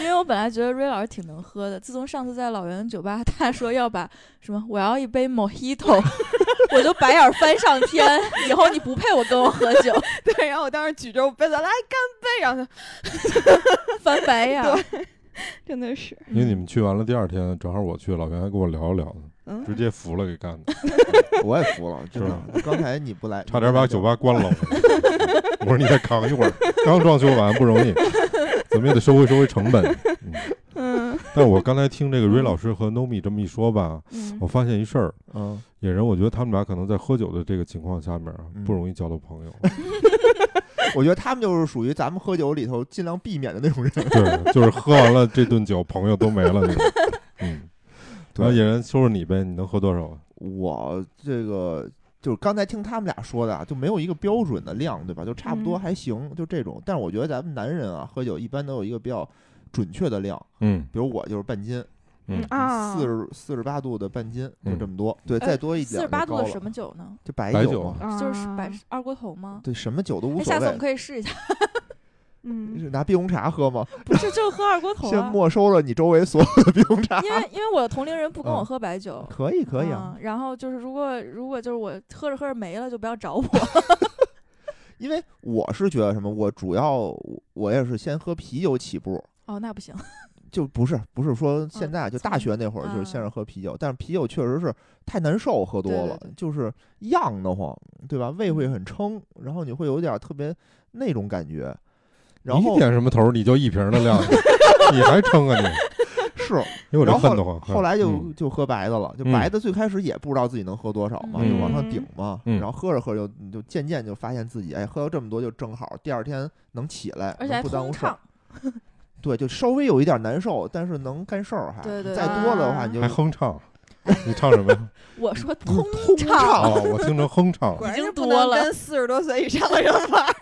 Speaker 3: 因为我本来觉得瑞老师挺能喝的，自从上次在老袁酒吧，他说要把什么我要一杯 Mojito，我就白眼儿翻上天。以后你不配我跟我喝酒，
Speaker 4: 对，然后我当时举着我杯子来干杯，然后
Speaker 3: 翻白眼儿。
Speaker 4: 他真的是，
Speaker 1: 因为你们去完了，第二天正好我去，老袁还跟我聊了聊呢，
Speaker 4: 嗯，
Speaker 1: 直接服了给干的，
Speaker 2: 我也服了，真
Speaker 1: 是
Speaker 2: 的
Speaker 1: 吧。
Speaker 2: 刚才你不来，
Speaker 1: 差点把酒吧关了。我说你再扛一会儿，刚装修完不容易，怎么也得收回收回成本。嗯
Speaker 4: 嗯
Speaker 1: 但我刚才听这个瑞老师和 Nomi 这么一说吧，
Speaker 4: 嗯
Speaker 1: 我发现一事儿，
Speaker 2: 嗯，
Speaker 1: 野人，我觉得他们俩可能在喝酒的这个情况下面啊
Speaker 2: 嗯
Speaker 1: 不容易交到朋友。
Speaker 2: 我觉得他们就是属于咱们喝酒里头尽量避免的那种人。
Speaker 1: 对，就是喝完了这顿酒，朋友都没了那种。 嗯，
Speaker 2: 对
Speaker 1: 然后野人说说你呗，你能喝多少啊？
Speaker 2: 我这个就是刚才听他们俩说的，啊，就没有一个标准的量，对吧？就差不多
Speaker 4: 嗯
Speaker 2: 还行，就这种。但是我觉得咱们男人啊，喝酒一般都有一个比较准确的量，
Speaker 1: 嗯
Speaker 2: 比如我就是半斤，
Speaker 1: 嗯
Speaker 4: 啊，
Speaker 2: 四十四十八度的半斤，就
Speaker 1: 嗯
Speaker 2: 这么多。对，
Speaker 3: 哎
Speaker 2: 再多一
Speaker 3: 四
Speaker 2: 点
Speaker 3: 十
Speaker 2: 就
Speaker 3: 八度
Speaker 2: 高
Speaker 3: 的
Speaker 2: 了
Speaker 3: 什么酒呢？
Speaker 2: 就白
Speaker 1: 白
Speaker 2: 酒啊
Speaker 1: 酒
Speaker 2: 嘛，
Speaker 4: 啊
Speaker 3: 就是百事二锅头吗？
Speaker 2: 对，什么酒都无所
Speaker 3: 哎，下次我们
Speaker 2: 谓。
Speaker 3: 可以试 一下，
Speaker 4: 嗯
Speaker 2: 是拿冰红茶喝吗？
Speaker 3: 不是就喝二锅头
Speaker 2: 先
Speaker 3: 啊？
Speaker 2: 没收了你周围所有的冰红 茶。
Speaker 3: 因为因为我的同龄人不跟我
Speaker 2: 嗯
Speaker 3: 喝白酒。
Speaker 2: 可以，可以啊。
Speaker 3: 嗯然后就是，如果如果就是我喝着喝着没了，就不要找我。
Speaker 2: 因为我是觉得什么，我主要我我也是先喝啤酒起步，
Speaker 3: 哦，那不行。
Speaker 2: 就不是不是说现
Speaker 3: 嗯
Speaker 2: 在、就
Speaker 3: 从
Speaker 2: 大学那会儿就是先
Speaker 3: 嗯
Speaker 2: 是喝啤酒，但是啤酒确实是太难受，喝多
Speaker 3: 对对
Speaker 2: 了
Speaker 3: 对嗯
Speaker 2: 就是漾得慌，对吧？胃会很撑，然后你会有点儿特别那种感觉。然
Speaker 1: 你
Speaker 2: 后
Speaker 1: 点什么头？你就一瓶的量， 你还撑啊你？
Speaker 2: 是，
Speaker 1: 因为我这
Speaker 2: 然
Speaker 1: 恨
Speaker 2: 后
Speaker 1: 得慌。
Speaker 2: 后来就
Speaker 1: 嗯
Speaker 2: 就喝白的了，就
Speaker 1: 嗯
Speaker 2: 白的最开始也不知道自己能喝多少嘛，
Speaker 1: 嗯
Speaker 2: 就往上顶嘛，
Speaker 1: 嗯
Speaker 2: 然后喝着喝着就你就渐渐就发现自己哎喝到这么多就正好，第二天能起来，
Speaker 3: 而且
Speaker 2: 能
Speaker 3: 还
Speaker 2: 不耽
Speaker 3: 通
Speaker 2: 误事儿
Speaker 3: 畅，，
Speaker 2: 对，就稍微有一点难受，但是能干事儿还，
Speaker 3: 对对
Speaker 2: 再
Speaker 4: 对
Speaker 2: 多了的话
Speaker 4: 啊
Speaker 2: 你就
Speaker 1: 还哼唱，你唱什么 呀？
Speaker 3: 我说通
Speaker 2: 通畅
Speaker 1: 哦，我听成哼唱了，
Speaker 4: 果然
Speaker 3: 已经
Speaker 4: 是不
Speaker 3: 多
Speaker 4: 能
Speaker 3: 了
Speaker 4: 跟四十多岁以上的人玩儿，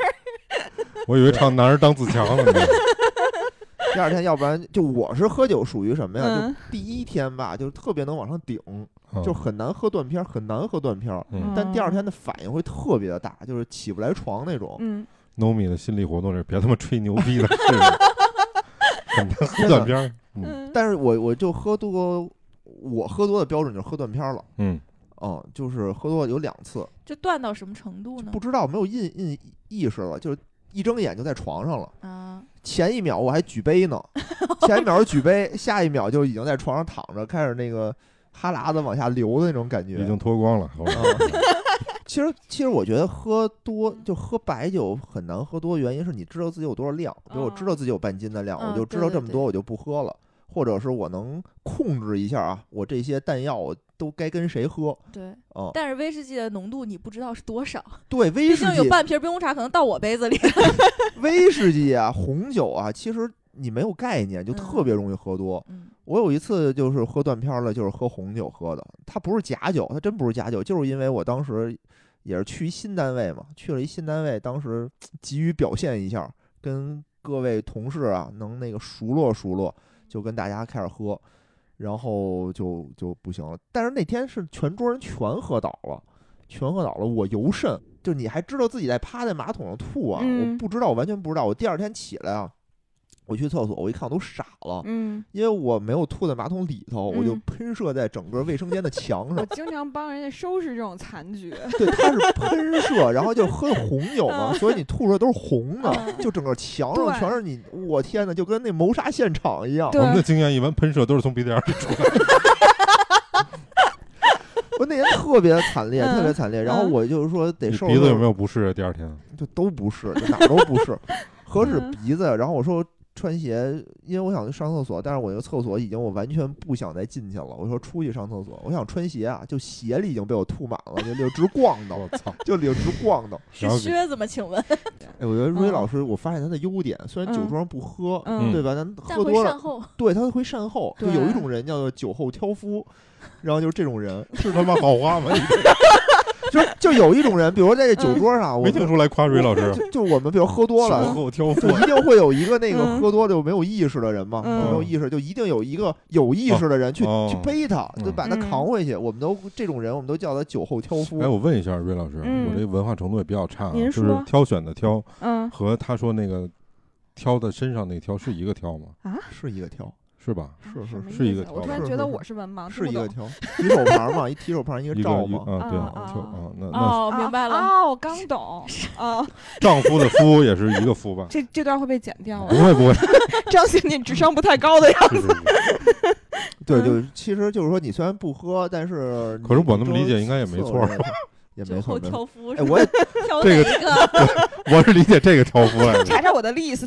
Speaker 1: 我以为唱男儿当自强 了呢。嗯
Speaker 2: 第二天，要不然就我是喝酒属于什么呀？
Speaker 4: 嗯
Speaker 2: 就第一天吧，就特别能往上顶，
Speaker 1: 嗯
Speaker 2: 就很难喝断片儿，很难喝断片儿。
Speaker 1: 嗯
Speaker 2: 但第二天的反应会特别的大，就是起不来床那种。
Speaker 4: 嗯，
Speaker 1: ，Nomi 的心理活动是别他妈吹牛逼了，是 吧 很难喝断片儿。嗯
Speaker 4: 嗯，
Speaker 2: 但是我我就喝多，我喝多的标准就是喝断片儿了。
Speaker 1: 嗯，
Speaker 2: 嗯，就是喝多了有两次，
Speaker 3: 就断到什么程度呢？
Speaker 2: 不知道没有印印意识了，就是一睁眼就在床上了。
Speaker 3: 啊，
Speaker 2: 前一秒我还举杯呢，前一秒是举杯，下一秒就已经在床上躺着，开始那个哈喇子往下流的那种感觉。
Speaker 1: 已经脱光了。 后来
Speaker 2: 啊， 其实其实我觉得喝多就喝白酒很难喝多，原因是你知道自己有多少量，比如我知道自己有半斤的量，
Speaker 3: 嗯
Speaker 2: 我就知道这么
Speaker 3: 对对
Speaker 2: 多，我就不喝了，或者是我能控制一下啊，我这些弹药我都该跟谁喝
Speaker 3: 对。
Speaker 2: 啊、
Speaker 3: 但是威士忌的浓度你不知道是多少，
Speaker 2: 对，威
Speaker 3: 毕
Speaker 2: 士
Speaker 3: 竟有
Speaker 2: 忌、
Speaker 3: 半瓶冰红茶可能到我杯 子里。
Speaker 2: 威士忌啊、红酒啊，其实你没有概念，就特
Speaker 3: 嗯
Speaker 2: 别容易喝多。
Speaker 3: 嗯，
Speaker 2: 我有一次就是喝断片儿了，就是喝红酒喝的，它不是假酒，它真不是假酒，就是因为我当时也是去新单位嘛，去了一新单位，当时急于表现一下，跟各位同事啊能那个熟络熟络，就跟大家开始喝，然后就就不行了。但是那天是全桌人全喝倒了，全喝倒了，我尤甚，就你还知道自己在趴在马桶上吐啊，
Speaker 4: 嗯
Speaker 2: 我不知道，我完全不知道，我第二天起来啊。我我去厕所，我一看我都傻了，
Speaker 4: 嗯，
Speaker 2: 因为我没有吐在马桶里头，我就
Speaker 4: 嗯
Speaker 2: 喷射在整个卫生间的墙
Speaker 4: 我
Speaker 2: 上。
Speaker 4: 经常帮人家收拾这种残 局，
Speaker 2: 对，它是喷射，然后就喝的红酒嘛，所以你吐出来都是红的
Speaker 4: 嗯，
Speaker 2: 就整个墙上
Speaker 4: 对
Speaker 2: 全是你，我天哪，就跟那谋杀现场一样。
Speaker 1: 我们的
Speaker 4: 对
Speaker 1: 经验一般，喷射都是从鼻子眼里出来的。
Speaker 2: 我那天特别惨烈，
Speaker 4: 嗯
Speaker 2: 特别惨烈。然后
Speaker 4: 嗯
Speaker 2: 我就是说得
Speaker 1: 你
Speaker 2: 受
Speaker 1: 鼻子有没
Speaker 2: 有？
Speaker 1: 有不适？第二天
Speaker 2: 就都不是，就哪儿都不是，何止
Speaker 4: 嗯
Speaker 2: 鼻子？然后我说穿鞋，因为我想去上厕所，但是我那个厕所已经我完全不想再进去了。我说出去上厕所，我想穿鞋啊，就鞋里已经被我吐满了，就溜直逛的，
Speaker 1: 我操！
Speaker 2: 就溜直逛的。
Speaker 3: 是
Speaker 1: 然后给
Speaker 3: 靴子吗？请问，
Speaker 2: 哎，我觉得瑞
Speaker 4: 嗯
Speaker 2: 老师，我发现他的优点，虽然酒桌上不喝，
Speaker 4: 嗯
Speaker 2: 对吧？但
Speaker 3: 但
Speaker 2: 喝
Speaker 3: 会
Speaker 2: 多了
Speaker 3: 善，后。
Speaker 2: 对他会善后。就
Speaker 4: 对
Speaker 2: 有一种人叫做酒后挑夫，然后 就是这种人，
Speaker 1: 是他妈好话吗？
Speaker 2: 就就有一种人，比如说在这
Speaker 4: 嗯
Speaker 2: 酒桌上啊，我
Speaker 1: 没
Speaker 2: 们
Speaker 1: 听出来夸瑞老师，
Speaker 2: 就就我们比如喝多了
Speaker 1: 酒，后 挑夫
Speaker 2: 就。一定会有一个那个
Speaker 4: 嗯
Speaker 2: 喝多就没有意识的人嘛，
Speaker 4: 嗯
Speaker 2: 就没有意识，就一定有一个有意识的人去、
Speaker 1: 哦
Speaker 2: 去背他，
Speaker 1: 嗯
Speaker 2: 就把他
Speaker 4: 嗯
Speaker 2: 扛回去。我们都这种人，我们都叫他酒后挑夫。
Speaker 1: 哎，我问一下瑞老师，
Speaker 4: 嗯
Speaker 1: 我这文化程度也比较差啊，
Speaker 4: 您
Speaker 1: 就是
Speaker 4: 说
Speaker 1: 挑选的挑
Speaker 4: 嗯，
Speaker 1: 和他说那个挑的身上那挑是一个挑吗？
Speaker 2: 是一个挑，
Speaker 1: 是吧？
Speaker 4: 啊
Speaker 2: 是
Speaker 4: 什
Speaker 2: 是
Speaker 4: 么啊
Speaker 1: 是
Speaker 4: 意
Speaker 1: 一个
Speaker 4: 思我
Speaker 1: 条
Speaker 4: 突然
Speaker 2: 是
Speaker 4: 觉
Speaker 2: 是
Speaker 4: 得
Speaker 2: 是
Speaker 4: 我是文盲，
Speaker 2: 是
Speaker 4: 听
Speaker 2: 一
Speaker 4: 不
Speaker 2: 个
Speaker 4: 懂
Speaker 2: 挑，提手旁嘛，一提手旁一
Speaker 1: 一
Speaker 2: 个
Speaker 1: 个
Speaker 2: 罩
Speaker 1: 一
Speaker 2: 嘛，
Speaker 1: 啊，对，
Speaker 4: 啊
Speaker 1: 挑
Speaker 4: 啊
Speaker 1: 啊，那
Speaker 2: 嗯
Speaker 1: 那
Speaker 3: 哦，明白
Speaker 2: 啊
Speaker 3: 了。
Speaker 4: 哦，我刚懂，哦，？
Speaker 1: 丈夫的夫也是一个夫吧
Speaker 4: 这啊这段会被剪 掉
Speaker 1: 不
Speaker 4: 了，
Speaker 1: 会不 会，
Speaker 4: 彰显你智商不太 高的呀。
Speaker 1: 是是是
Speaker 2: 对，
Speaker 4: 嗯
Speaker 2: 就其实就是说，你虽然不喝，但是
Speaker 1: 可是我那么
Speaker 2: 你
Speaker 1: 理解应该也没
Speaker 2: 所
Speaker 1: 错
Speaker 2: 有人 也
Speaker 3: 酒
Speaker 2: 没错
Speaker 3: 后
Speaker 2: 没错。
Speaker 3: 挑夫
Speaker 2: 哎，
Speaker 3: 是吧？
Speaker 2: 我也
Speaker 3: 挑哪
Speaker 1: 这
Speaker 3: 一
Speaker 1: 个
Speaker 3: 个？
Speaker 1: 我是理解这个超夫来的。
Speaker 4: 查查我的 list，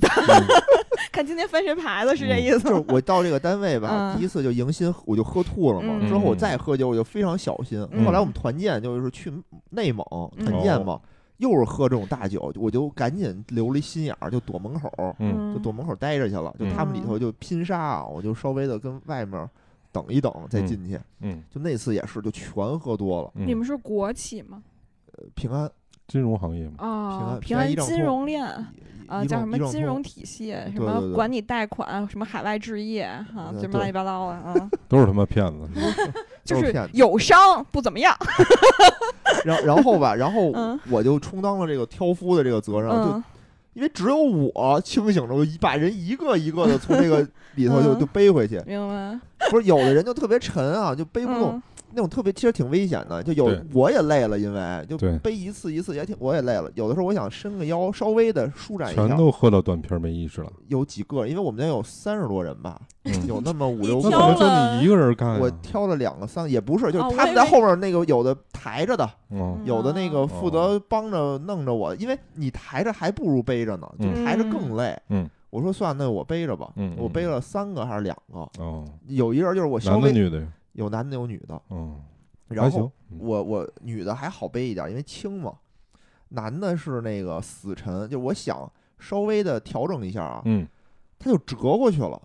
Speaker 4: 看今天翻谁牌子，是这意思
Speaker 2: 嗯就
Speaker 4: 吗？
Speaker 2: 是我到这个单位吧，
Speaker 4: 嗯
Speaker 2: 第一次就迎新我就喝吐了嘛，
Speaker 4: 嗯
Speaker 2: 之后我再喝酒我就非常小心。
Speaker 4: 嗯
Speaker 2: 后来我们团建就是去内蒙
Speaker 4: 嗯
Speaker 2: 团建
Speaker 1: 哦
Speaker 2: 嘛，又是喝这种大酒，我就赶紧留了一心眼儿，就躲门口儿，
Speaker 1: 嗯，
Speaker 2: 就躲门口儿待着去了。就
Speaker 1: 嗯
Speaker 2: 他们里头就拼杀啊，我就稍微的跟外面等一等再进去。
Speaker 1: 嗯
Speaker 2: 就那次也是，就全喝多了。
Speaker 4: 你
Speaker 1: 嗯，
Speaker 4: 们是国企吗？
Speaker 2: 平安
Speaker 1: 金融行业嘛，
Speaker 4: 啊，
Speaker 2: 平
Speaker 4: 平
Speaker 2: 安
Speaker 4: 安
Speaker 2: 一账
Speaker 4: 金
Speaker 2: 通
Speaker 4: 融链。啊，
Speaker 2: 一
Speaker 4: 叫
Speaker 2: 众
Speaker 4: 什么
Speaker 2: 一众
Speaker 4: 金
Speaker 2: 通
Speaker 4: 融体系，什
Speaker 2: 对对
Speaker 4: 么
Speaker 2: 对
Speaker 4: 管理贷款，什么海外置业啊
Speaker 2: 嗯，
Speaker 4: 什么
Speaker 2: 对
Speaker 4: 乱七八糟 的啊，
Speaker 1: 都是他妈骗子。
Speaker 4: 就
Speaker 2: 都是
Speaker 4: 是
Speaker 2: 骗子
Speaker 4: 有商不怎么样。
Speaker 2: 然然后吧，然后
Speaker 4: 嗯
Speaker 2: 我就充当了这个挑夫的这个责任，就
Speaker 4: 嗯，
Speaker 2: 因为只有我清醒着，我一把人一个一个的从这 个里头就
Speaker 4: 嗯
Speaker 2: 就背回去。
Speaker 4: 明白。
Speaker 2: 不是有的人就特别沉啊，就背不动，
Speaker 4: 嗯
Speaker 2: 那种特别其实挺危险的。就有
Speaker 1: 对
Speaker 2: 我也累了，因为就
Speaker 1: 对
Speaker 2: 背一次一次也挺我也累了。有的时候我想伸个腰，稍微的舒展一
Speaker 1: 全
Speaker 2: 下。
Speaker 1: 都喝到断片儿没意识了，
Speaker 2: 有几个，因为我们家有三十多人吧，
Speaker 1: 嗯
Speaker 2: 有那么五
Speaker 3: 你
Speaker 1: 那
Speaker 2: 六
Speaker 1: 怎
Speaker 2: 个。
Speaker 3: 挑
Speaker 1: 么
Speaker 3: 了
Speaker 1: 就你一个人
Speaker 4: 啊
Speaker 1: 干呀？
Speaker 2: 我挑了两个三，也不是，就
Speaker 3: 哦
Speaker 2: 是
Speaker 3: 我
Speaker 2: 他们
Speaker 3: 以
Speaker 2: 在
Speaker 3: 为
Speaker 2: 后面那个有的抬着的，
Speaker 1: 嗯，
Speaker 2: 有的那个
Speaker 4: 哦
Speaker 2: 负责帮着弄着我，因为你抬着还不如背着呢，就
Speaker 1: 嗯
Speaker 2: 抬着更累。
Speaker 1: 嗯，
Speaker 2: 我说算，那我背着吧。
Speaker 1: 嗯
Speaker 2: 我背了三个还是两个？
Speaker 1: 哦，
Speaker 2: 有一人就是我稍
Speaker 1: 男的
Speaker 2: 微
Speaker 1: 女的呀，
Speaker 2: 有男的有女的，
Speaker 1: 嗯，还
Speaker 2: 然
Speaker 1: 行
Speaker 2: 后，
Speaker 1: 嗯
Speaker 2: 我我女的还好背一点，因为轻嘛。男的是那个死沉，就我想稍微的调整一下啊，
Speaker 1: 嗯，哦
Speaker 2: 他就折过去了。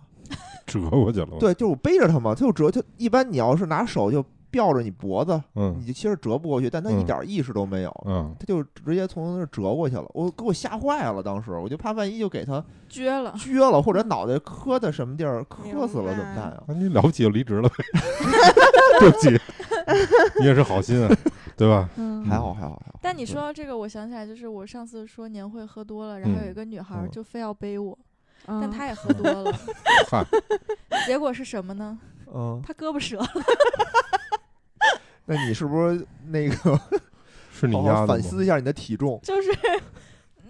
Speaker 1: 折过去了吧，
Speaker 2: 对，就是我背着他嘛，他就折。就一般你要是拿手就吊着你脖子，
Speaker 1: 嗯
Speaker 2: 你就其实折不过去，但他一
Speaker 1: 嗯
Speaker 2: 点意识都没有。
Speaker 1: 嗯，
Speaker 2: 他就直接从那儿折过去了，我给我吓坏了。当时我就怕万一就给他
Speaker 3: 撅了，
Speaker 2: 撅了，或者脑袋磕在什么地儿磕死了
Speaker 4: 啊明白
Speaker 2: 怎么 办呀？啊
Speaker 1: 啊那你了不起就离职了 呗，对不起，你也是好心啊，对吧？
Speaker 4: 嗯
Speaker 2: 还好还好还好。
Speaker 3: 但你
Speaker 2: 对
Speaker 3: 说到这个，我想起来，就是我上次说年会喝多了，然后有一个女孩儿
Speaker 1: 嗯
Speaker 3: 就非要背我，
Speaker 4: 嗯
Speaker 3: 但她也喝多 了，
Speaker 1: 嗨，
Speaker 3: 结果是什么呢？
Speaker 2: 嗯，
Speaker 3: 她胳膊折了，
Speaker 2: 那你是不是那个
Speaker 1: 是你
Speaker 2: 好
Speaker 1: 丫
Speaker 2: 好
Speaker 1: 的
Speaker 2: 反
Speaker 1: 吗
Speaker 2: 思一下你的体重？
Speaker 3: 就是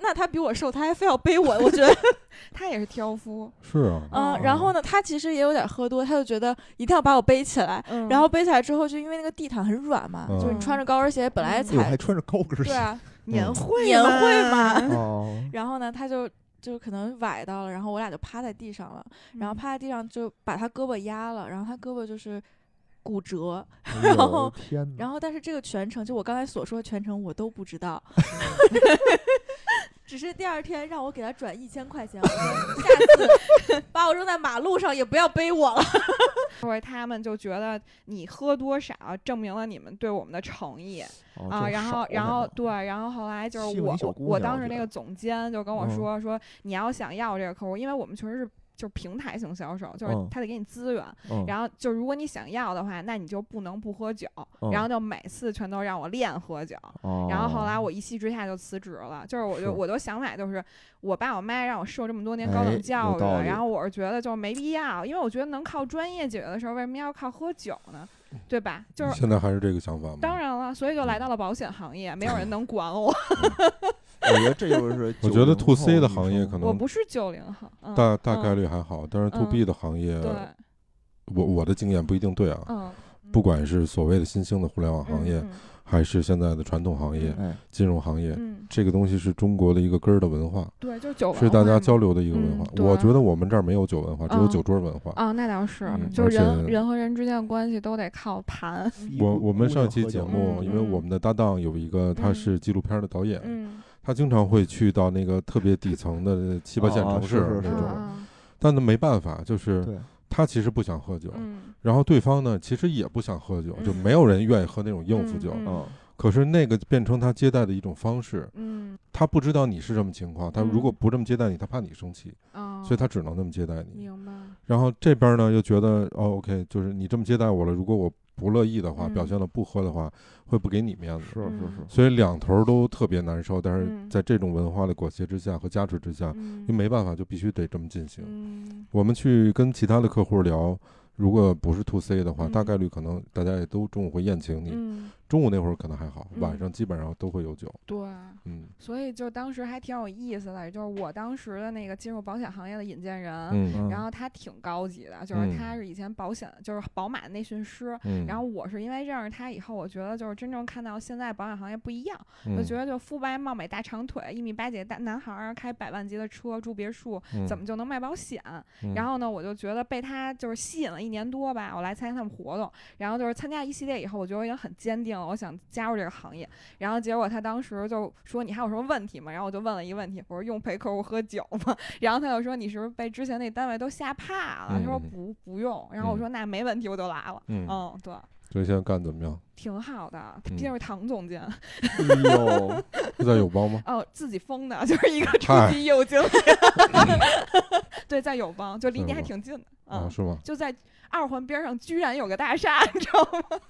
Speaker 3: 那她比我瘦，她还非要背我，我觉 得
Speaker 4: 他也是挑夫，
Speaker 1: 是啊，
Speaker 3: 嗯，然后呢，她其实也有点喝多，她就觉得一定要把我背起来，
Speaker 4: 嗯
Speaker 3: 然后背起来之后，就因为那个地毯很软嘛，
Speaker 1: 嗯嗯
Speaker 3: 就是你穿着高跟鞋本来
Speaker 2: 哎呦，还
Speaker 3: 踩，
Speaker 2: 穿着高跟
Speaker 3: 对
Speaker 2: 鞋
Speaker 3: 啊，
Speaker 4: 年会
Speaker 3: 年会
Speaker 4: 嘛，
Speaker 3: 嘛，
Speaker 2: 哦，
Speaker 3: 然后呢，她就。就可能崴到了，然后我俩就趴在地上了，然后趴在地上就把她胳膊压了，然后她胳膊就是骨折，
Speaker 2: 哎呦
Speaker 3: 然后
Speaker 2: 天哪，
Speaker 3: 然后，但是这个全程，就我刚才所说的全程，我都不知道， 只是第二天让我给他转一千块钱，我说下 次把我扔在马路上也不要背我了。
Speaker 4: 所以他们就觉得你喝多少证明了你们对我们的诚意
Speaker 2: 哦
Speaker 4: 啊。
Speaker 2: 这
Speaker 4: 然
Speaker 2: 少
Speaker 4: 后，然
Speaker 2: 呢
Speaker 4: 后对，然后后来就
Speaker 2: 欺
Speaker 4: 是
Speaker 2: 负
Speaker 4: 我
Speaker 2: 你小
Speaker 4: 我
Speaker 2: 姑
Speaker 4: 我
Speaker 2: 娘
Speaker 4: 当
Speaker 2: 我
Speaker 4: 时
Speaker 2: 觉
Speaker 4: 那
Speaker 2: 得
Speaker 4: 个总监就跟我
Speaker 2: 嗯
Speaker 4: 说说你要想要这个客户，因为我们确实是。就是平台型销售，就是
Speaker 2: 嗯
Speaker 4: 他得给你资源，
Speaker 2: 嗯
Speaker 4: 然后就如果你想要的话，那你就不能不喝酒，
Speaker 2: 嗯
Speaker 4: 然后就每次全都让我练喝酒。
Speaker 2: 哦
Speaker 4: 然后后来我一气之下就辞职了，就是我就是我就想法就是，我爸我妈让我受这么多年高
Speaker 2: 哎
Speaker 4: 等
Speaker 2: 有
Speaker 4: 教育，
Speaker 2: 道理
Speaker 4: 然后我是觉得就是没必要，因为我觉得能靠专业解决的时候，为什么要靠喝酒呢？
Speaker 1: 嗯
Speaker 4: 对吧？就是
Speaker 1: 现在还是这个想法吗？
Speaker 4: 当，然了，所以就来到了保险行业，没有人能管我。
Speaker 2: 我觉得这就是
Speaker 1: 我觉得
Speaker 2: to
Speaker 1: to C 的行业可
Speaker 4: 我
Speaker 2: 嗯
Speaker 1: 能
Speaker 4: 不是九零后，嗯、
Speaker 1: 大大概
Speaker 4: 率、
Speaker 1: 率还好，但是 to B 的行业，
Speaker 4: 对，
Speaker 1: 我我的经验不一定对啊。
Speaker 4: 嗯，
Speaker 1: 不管是所谓的新兴的互联网行业，
Speaker 4: 嗯
Speaker 1: 还是现在的传统行业、
Speaker 2: 哎，
Speaker 1: 金融行业，
Speaker 4: 嗯，嗯
Speaker 1: 这个东西是中国的一个根儿的文化，
Speaker 4: 对，就是酒
Speaker 1: 是
Speaker 4: 文
Speaker 1: 大
Speaker 4: 化
Speaker 1: 家
Speaker 4: 嘛
Speaker 1: 交流的一个文化
Speaker 4: 哦嗯。对
Speaker 1: 我觉得我们这儿没有酒文化，只有
Speaker 4: 嗯
Speaker 1: 酒桌文化。
Speaker 4: 啊，那倒是，
Speaker 2: 嗯
Speaker 4: 就是
Speaker 1: 而
Speaker 4: 人
Speaker 1: 且
Speaker 4: 人和人之间的关系都得靠盘，
Speaker 1: 我我们上一期节
Speaker 4: 酒
Speaker 1: 目，
Speaker 4: 嗯
Speaker 1: 因为
Speaker 4: 嗯
Speaker 1: 我们的搭档有一个，他
Speaker 4: 嗯
Speaker 1: 是纪录片的导演，
Speaker 4: 嗯，
Speaker 1: 他经常会去到那个特别底层的七八线
Speaker 2: 哦
Speaker 1: 城
Speaker 2: 是
Speaker 1: 市
Speaker 2: 是是
Speaker 1: 那
Speaker 4: 嗯
Speaker 1: 种，
Speaker 4: 嗯
Speaker 1: 但他没办法，就是
Speaker 2: 对
Speaker 1: 他其实不想喝酒，
Speaker 4: 嗯，
Speaker 1: 然后对方呢其实也不想喝酒，就
Speaker 4: 嗯
Speaker 1: 没有人愿意喝那种应付酒。
Speaker 4: 嗯
Speaker 2: 嗯
Speaker 1: 可是那个变成他接待的一种方式，
Speaker 4: 嗯，
Speaker 1: 他不知道你是什么情况，他如果
Speaker 4: 嗯
Speaker 1: 不这么接待你，他怕你生气，
Speaker 4: 啊，
Speaker 1: 所以他啊只能那么接待你。
Speaker 4: 明白，
Speaker 1: 然后这边呢又觉得哦，OK，就是你这么接待我了，如果我不乐意的话，
Speaker 4: 嗯
Speaker 1: 表现的不喝的话，会不给你面子。
Speaker 2: 是是是，
Speaker 1: 所以两头都特别难受，但是
Speaker 4: 嗯
Speaker 1: 在这种文化的裹挟之下和加持之下，
Speaker 4: 嗯
Speaker 1: 又没办法，就必须得这么进行。
Speaker 4: 嗯
Speaker 1: 我们去跟其他的客户聊，如果不是 to C 的话，
Speaker 4: 嗯
Speaker 1: 大概率可能大家也都中午会宴请你。
Speaker 4: 嗯，
Speaker 1: 中午那会儿可能还好，
Speaker 4: 嗯
Speaker 1: 晚上基本上都会有酒。
Speaker 4: 对，
Speaker 1: 嗯
Speaker 4: 所以就当时还挺有意思的，就是我当时的那个进入保险行业的引荐人，
Speaker 1: 嗯
Speaker 4: 然后他挺高级的，就是
Speaker 1: 嗯
Speaker 4: 他是以前保险就是宝马的内训师。
Speaker 1: 嗯，
Speaker 4: 然后我是因为认识他以后，我觉得就是真正看到现在保险行业不一样，
Speaker 1: 我
Speaker 4: 我觉得就肤白貌美大长腿，一米八几的大男孩儿开百万级的车住别墅，怎么就能卖保险？
Speaker 1: 嗯
Speaker 4: 然后呢，我就觉得被他就是吸引了一年多吧，我来参加他们活动，然后就是参加一系列以后，我觉得我已经很坚定了，我想加入这个行业。然后结果他当时就说你还有什么问题吗？然后我就问了一个问题，我说用陪客户喝酒吗？ 然后他就说你是不是被之前那单位都吓怕了？他说
Speaker 1: 嗯嗯
Speaker 4: 不不用。然后我说那没问题，我就来了。
Speaker 1: 嗯，
Speaker 4: 嗯，对，
Speaker 1: 所以现在干怎么样？
Speaker 4: 挺好的，
Speaker 1: 嗯
Speaker 4: 毕竟是唐总监，
Speaker 2: 哎 呦，
Speaker 1: 是在有包吗？
Speaker 4: 哦，自己封的， 就是一个初
Speaker 1: 嗨
Speaker 4: 级业务经理。 对，在友邦，就离你还挺近的，
Speaker 1: 啊，
Speaker 4: 嗯。
Speaker 1: 是吗？
Speaker 4: 就在二环边上，居然有个大 厦，你知道吗？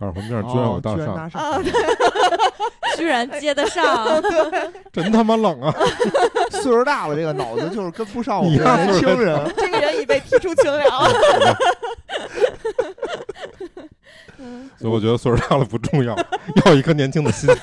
Speaker 1: 二环面居然有
Speaker 2: 哦
Speaker 1: 大
Speaker 2: 居
Speaker 1: 厦，
Speaker 2: 然厦
Speaker 4: 啊
Speaker 3: 居然接得上，
Speaker 1: 真他妈冷啊！
Speaker 2: 岁数大了，这个脑子就是跟不上 我
Speaker 1: 你
Speaker 2: 们
Speaker 1: 看
Speaker 2: 年轻人。
Speaker 4: 这个人已被踢出群 聊。
Speaker 1: 所以我觉得岁数大了不重要， 要一颗年轻的心，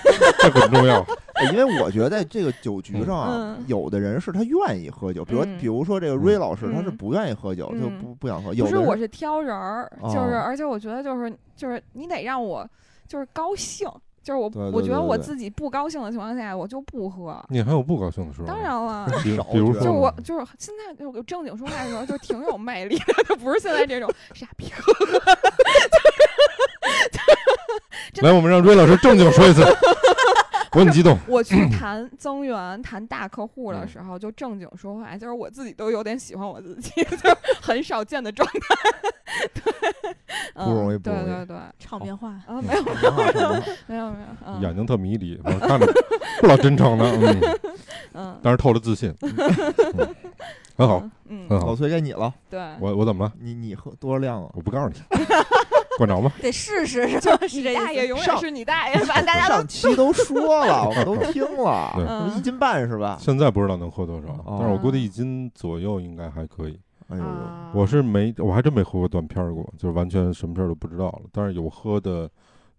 Speaker 1: 这很重要。
Speaker 2: 哎因为我觉得这个酒局上啊
Speaker 4: 嗯，
Speaker 2: 有的人是他愿意喝酒，比如
Speaker 4: 嗯
Speaker 2: 比如说这个瑞老师，
Speaker 4: 嗯
Speaker 2: 他是不愿意喝酒，
Speaker 4: 嗯
Speaker 2: 就不不想喝。有
Speaker 4: 不
Speaker 2: 的
Speaker 4: 是，
Speaker 2: 人
Speaker 4: 我是挑人儿，就是，
Speaker 2: 哦
Speaker 4: 而且我觉得就是就是你得让我就是高兴，就是我
Speaker 2: 对对
Speaker 4: 我
Speaker 2: 对
Speaker 4: 觉得
Speaker 2: 对
Speaker 4: 我
Speaker 2: 对
Speaker 4: 自己不高兴的情况下，我就不喝。
Speaker 1: 你还有不高兴的时候？
Speaker 4: 当，然 了，
Speaker 1: 比
Speaker 2: 少
Speaker 1: 比如
Speaker 2: 我觉
Speaker 1: 说
Speaker 2: 得
Speaker 4: 就
Speaker 1: 呢，
Speaker 4: 我就是现在就正经说话的时候，就挺有魅力的，就不是现在这种傻逼。真
Speaker 1: 来，我们让瑞老师正经说一次， 我很激动。
Speaker 4: 我去谈增援、谈大客户的
Speaker 1: 嗯
Speaker 4: 时候，就正经说话，哎就是我自己都有点喜欢我自己， 就是很少见的状态。 对，
Speaker 2: 不容易
Speaker 4: 嗯
Speaker 2: 不容易
Speaker 4: 对对对，
Speaker 3: 场面话。
Speaker 4: 啊，没有
Speaker 2: 挺好挺好
Speaker 4: 没有没有，嗯
Speaker 1: 眼睛特迷离，我看着不老真诚的，嗯，
Speaker 4: 嗯，
Speaker 1: 但是透着自 信，嗯很好，
Speaker 4: 嗯，嗯，
Speaker 1: 很
Speaker 2: 老
Speaker 1: 好。
Speaker 2: 崔该你了，
Speaker 4: 对。
Speaker 1: 我我怎么了？
Speaker 2: 你你喝多少量啊？
Speaker 1: 我不告诉你， 管着吗？
Speaker 3: 得试试，是吧？ 是这
Speaker 4: 你大爷
Speaker 3: 意思。
Speaker 4: 永远
Speaker 2: 上
Speaker 4: 是你大爷， 把大家都
Speaker 2: 上期都说了，我们都 听
Speaker 1: 对
Speaker 2: 了，一
Speaker 4: 嗯
Speaker 2: 斤半是吧？
Speaker 1: 现在不知道能喝多少，
Speaker 2: 哦
Speaker 1: 但是我估计一斤左右应该还可以。
Speaker 2: 哎呦呦，
Speaker 4: 啊
Speaker 1: 我是没，我还真没喝过断片儿过，就是完全什么事儿都不知道了。但是有喝的，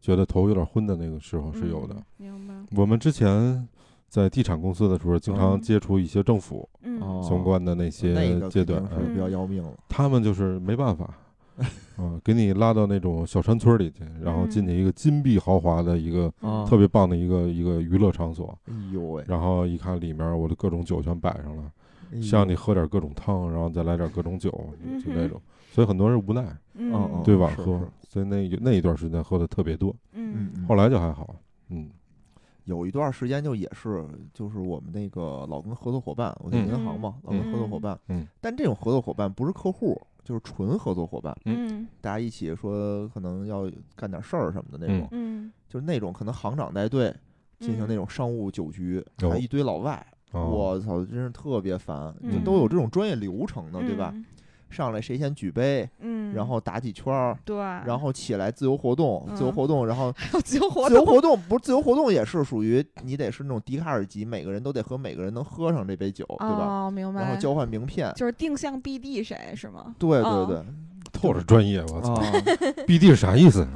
Speaker 1: 觉得头有点昏的那个时候是有的。
Speaker 4: 嗯明白，
Speaker 1: 我们之前在地产公司的时候，经常
Speaker 4: 嗯
Speaker 1: 接触一些政府
Speaker 4: 嗯
Speaker 2: 哦
Speaker 1: 相关的那
Speaker 2: 那
Speaker 1: 些
Speaker 2: 个
Speaker 1: 阶段，
Speaker 2: 肯
Speaker 1: 嗯
Speaker 2: 定是比较要命了。
Speaker 1: 他们就是没办 法，嗯，给你拉到那种小山村里去，然后
Speaker 2: 嗯
Speaker 1: 进去一个金碧豪华的一个
Speaker 4: 嗯
Speaker 2: 啊
Speaker 1: 特别棒的一个一个娱乐场所，
Speaker 2: 哎呦喂，
Speaker 1: 然后一看里面我的各种酒全摆上了，
Speaker 2: 哎呦
Speaker 1: 像你喝点各种汤，然后再来点各种酒，
Speaker 4: 嗯
Speaker 1: 就那种，所以很多人无奈，
Speaker 4: 嗯
Speaker 2: 哦哦
Speaker 1: 对吧？
Speaker 2: 是
Speaker 1: 喝
Speaker 2: 是，
Speaker 1: 所以那那一段时间喝的特别多，
Speaker 2: 嗯
Speaker 4: 嗯，
Speaker 2: 嗯
Speaker 1: 后来就还好，嗯
Speaker 2: 有一段时间就也是，就是我们那个老跟合作伙伴，我在
Speaker 1: 嗯
Speaker 2: 银行嘛，老跟合作伙伴，
Speaker 1: 嗯，
Speaker 2: 但这种合作伙伴不是客户，就是纯合作伙伴，
Speaker 4: 嗯
Speaker 2: 大家一起说可能要干点事儿什么的那种，
Speaker 4: 嗯
Speaker 2: 就是那种可能行长带队进行那种商务酒局，
Speaker 1: 有
Speaker 2: 还一堆老外，
Speaker 1: 哦
Speaker 2: 我操，真是特别烦，就
Speaker 4: 嗯
Speaker 2: 都有这种专业流程呢，对吧？
Speaker 4: 嗯？
Speaker 2: 上来谁先举杯，
Speaker 4: 嗯，
Speaker 2: 然后打几圈儿，
Speaker 4: 对，
Speaker 2: 然后起来自由活动，自由
Speaker 4: 嗯
Speaker 2: 活动，然后
Speaker 4: 还有自由活
Speaker 2: 自由
Speaker 4: 动，
Speaker 2: 活动不是自由活动也是属于你得是那种笛卡尔级，每个人都得和每个人能喝上这杯酒，对吧？
Speaker 4: 哦，明白。
Speaker 2: 然后交换名片，
Speaker 4: 就是定向 BD 谁是吗？
Speaker 2: 对对
Speaker 4: 哦
Speaker 2: 对，
Speaker 1: 透着专业，我操
Speaker 2: 啊，
Speaker 1: ，BD 是啥意思 呀？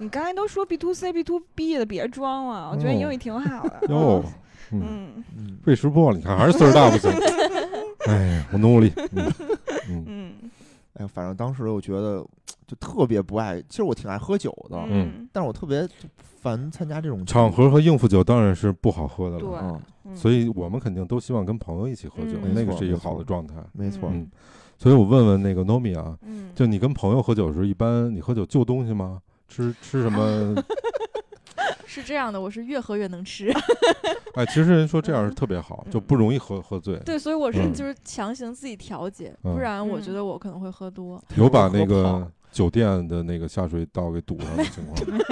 Speaker 4: 你刚才都说 B to C B to B 的，别装了，我觉得
Speaker 1: 哦
Speaker 4: 英语挺好的。
Speaker 1: 哟， 嗯，
Speaker 4: 嗯
Speaker 2: 嗯，
Speaker 1: 被识破了，你看还是岁数大不 行。哎呀，我努力，嗯嗯
Speaker 4: 嗯
Speaker 2: 哎呀，反正当时我觉得就特别不爱，其实我挺爱喝酒的，
Speaker 4: 嗯，
Speaker 2: 但是我特别就烦参加这种
Speaker 1: 场
Speaker 2: 局，
Speaker 1: 合和应付酒当然是不好喝的了，
Speaker 4: 对
Speaker 2: 嗯，
Speaker 4: 嗯
Speaker 1: 所以我们肯定都希望跟朋友一起喝酒，
Speaker 4: 嗯
Speaker 1: 那
Speaker 2: 没
Speaker 1: 个
Speaker 2: 错
Speaker 1: 是一个
Speaker 2: 没错
Speaker 1: 好的状态。
Speaker 2: 没错，
Speaker 1: 嗯所以我问问那个 Nomi 啊，
Speaker 4: 嗯，
Speaker 1: 就你跟朋友喝酒的时候，一般你喝酒就东西吗？吃吃什 么？
Speaker 3: 是这样的，我是越喝越能吃。
Speaker 1: 哎，其实人说这样是特别好，
Speaker 4: 嗯
Speaker 1: 就不容易喝喝醉。
Speaker 3: 对，所以我是
Speaker 1: 嗯
Speaker 3: 就是强行自己调节，
Speaker 1: 嗯
Speaker 3: 不然我觉
Speaker 4: 嗯
Speaker 3: 得我可能会喝多。
Speaker 1: 有把那
Speaker 2: 喝
Speaker 1: 个
Speaker 2: 跑
Speaker 1: 酒店的那个下水道给堵上的情况吗，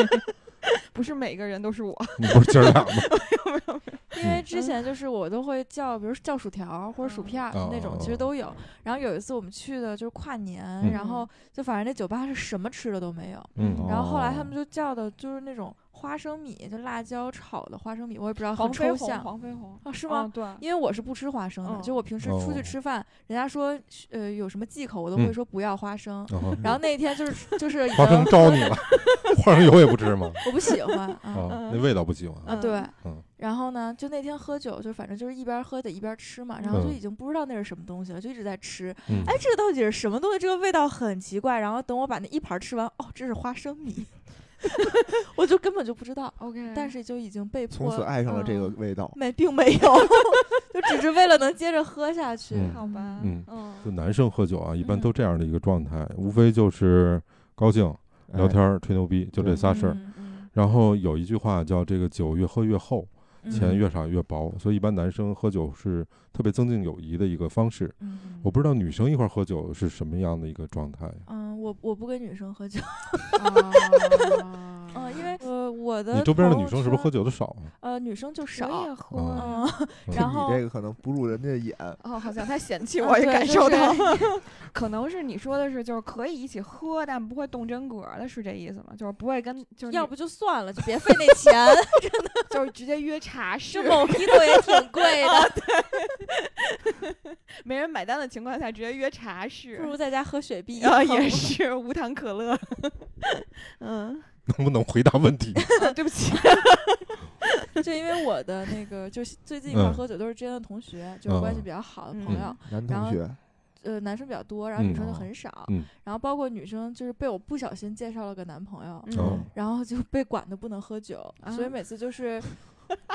Speaker 4: 不是每个人都是我。
Speaker 1: 你不是姐儿俩吗？
Speaker 3: 因为
Speaker 1: 嗯
Speaker 3: 之前就是我都会叫，比如叫薯条或者薯
Speaker 4: 嗯
Speaker 3: 片儿
Speaker 1: 哦
Speaker 3: 那种，其实都有。然后有一次我们去的就是跨年，然后就反正那酒吧是什么吃的都没有。
Speaker 1: 嗯
Speaker 3: 然后后来他
Speaker 2: 哦
Speaker 3: 们就叫的就是那种花生米，就辣椒炒的花生米，我也不知道很
Speaker 4: 黄飞
Speaker 3: 抽
Speaker 4: 鸿，
Speaker 3: 象
Speaker 4: 黄飞鸿
Speaker 3: 啊，是
Speaker 4: 是
Speaker 3: 吗？
Speaker 4: 对，
Speaker 3: 因为我是不吃花生的，
Speaker 4: 嗯
Speaker 3: 就我平时出去
Speaker 1: 哦
Speaker 3: 吃饭，人家说呃有什么忌口，我都会
Speaker 1: 嗯
Speaker 3: 说不要花生。
Speaker 1: 然后
Speaker 3: 然后那一天就是就是已
Speaker 1: 花生
Speaker 3: 经
Speaker 1: 招你了，花生油也不吃吗？
Speaker 3: 我不喜欢啊
Speaker 1: 啊，
Speaker 4: 嗯
Speaker 1: 那味道不喜欢。
Speaker 3: 啊对
Speaker 1: 嗯，
Speaker 3: 然后呢就那天喝酒就反正就是一边喝得一边吃嘛，然后就
Speaker 1: 嗯
Speaker 3: 已经不知道那是什么东西了，就一直在吃。
Speaker 1: 嗯
Speaker 3: 哎，这个到底是什么东西？这个味道很奇怪。然后等我把那一盘吃完，哦，这是花生米， 我就根本就不知道，
Speaker 4: ，OK，
Speaker 3: 但是就已经被迫
Speaker 2: 从此爱上了这个
Speaker 3: 嗯
Speaker 2: 味道。
Speaker 3: 没，并没有， 就只是为了能接着喝下去。
Speaker 1: 嗯
Speaker 4: 好吧，
Speaker 1: 嗯就
Speaker 4: 嗯，
Speaker 1: 男生喝酒啊，一般
Speaker 3: 嗯
Speaker 1: 都这样的一个状态，无非就是高兴、聊
Speaker 2: 哎
Speaker 1: 天儿、吹牛逼，就这
Speaker 2: 对
Speaker 1: 仨事儿。
Speaker 3: 嗯
Speaker 4: 嗯
Speaker 1: 然后有一句话叫“这个酒越喝越厚，钱
Speaker 3: 嗯
Speaker 1: 越少越薄”，所以一般男生喝酒是特别增进友谊的一个方式。
Speaker 3: 嗯
Speaker 1: 我不知道女生一块儿喝酒是什么样的一个状态，
Speaker 3: 嗯，我我不跟女生喝酒，
Speaker 4: 啊
Speaker 3: 嗯，因为呃我的
Speaker 1: 你周边的
Speaker 3: 朋
Speaker 1: 女
Speaker 3: 友
Speaker 1: 生是不是喝
Speaker 3: 圈
Speaker 1: 酒的少啊？
Speaker 3: 呃女生就
Speaker 4: 我
Speaker 3: 少
Speaker 4: 也，喝
Speaker 1: 嗯
Speaker 4: 呀
Speaker 3: 嗯，
Speaker 1: 嗯
Speaker 3: 然
Speaker 2: 你
Speaker 3: 后
Speaker 2: 这个可能不入人家眼，
Speaker 4: 哦，好像他嫌弃
Speaker 3: 啊
Speaker 4: 我也
Speaker 3: 对
Speaker 4: 感
Speaker 3: 就
Speaker 4: 受
Speaker 3: 是
Speaker 4: 到， 可能是你说的是就是可以一起喝，但不会动真格儿的，是这意思吗？就是不会跟就是
Speaker 3: 要
Speaker 4: 你
Speaker 3: 不就算了，就别 费那钱，
Speaker 4: 就是直接约茶室
Speaker 3: 就，某啤酒也挺 贵的，
Speaker 4: 没人买单的情况下直接约茶 室
Speaker 3: 不，如在家喝雪碧。
Speaker 4: 啊 也是无糖可乐， 嗯，
Speaker 1: 能不能回答问 题？
Speaker 4: 啊对不起，
Speaker 3: 就因为我的那个，就是最近一块儿
Speaker 1: 嗯
Speaker 3: 喝酒都是之前的同学，就是关系
Speaker 1: 嗯
Speaker 3: 比较好的
Speaker 4: 嗯
Speaker 3: 朋友，
Speaker 2: 男
Speaker 3: 然
Speaker 2: 同
Speaker 3: 后
Speaker 2: 学，
Speaker 3: 呃，男生比较多，然后
Speaker 1: 嗯
Speaker 3: 女生就
Speaker 2: 哦
Speaker 3: 很少
Speaker 1: 嗯，
Speaker 3: 然后包括女生就是被我不小心介绍了个男朋友，
Speaker 1: 哦
Speaker 4: 嗯
Speaker 3: 然后就被管的不能喝酒，
Speaker 4: 啊
Speaker 3: 所以每次就是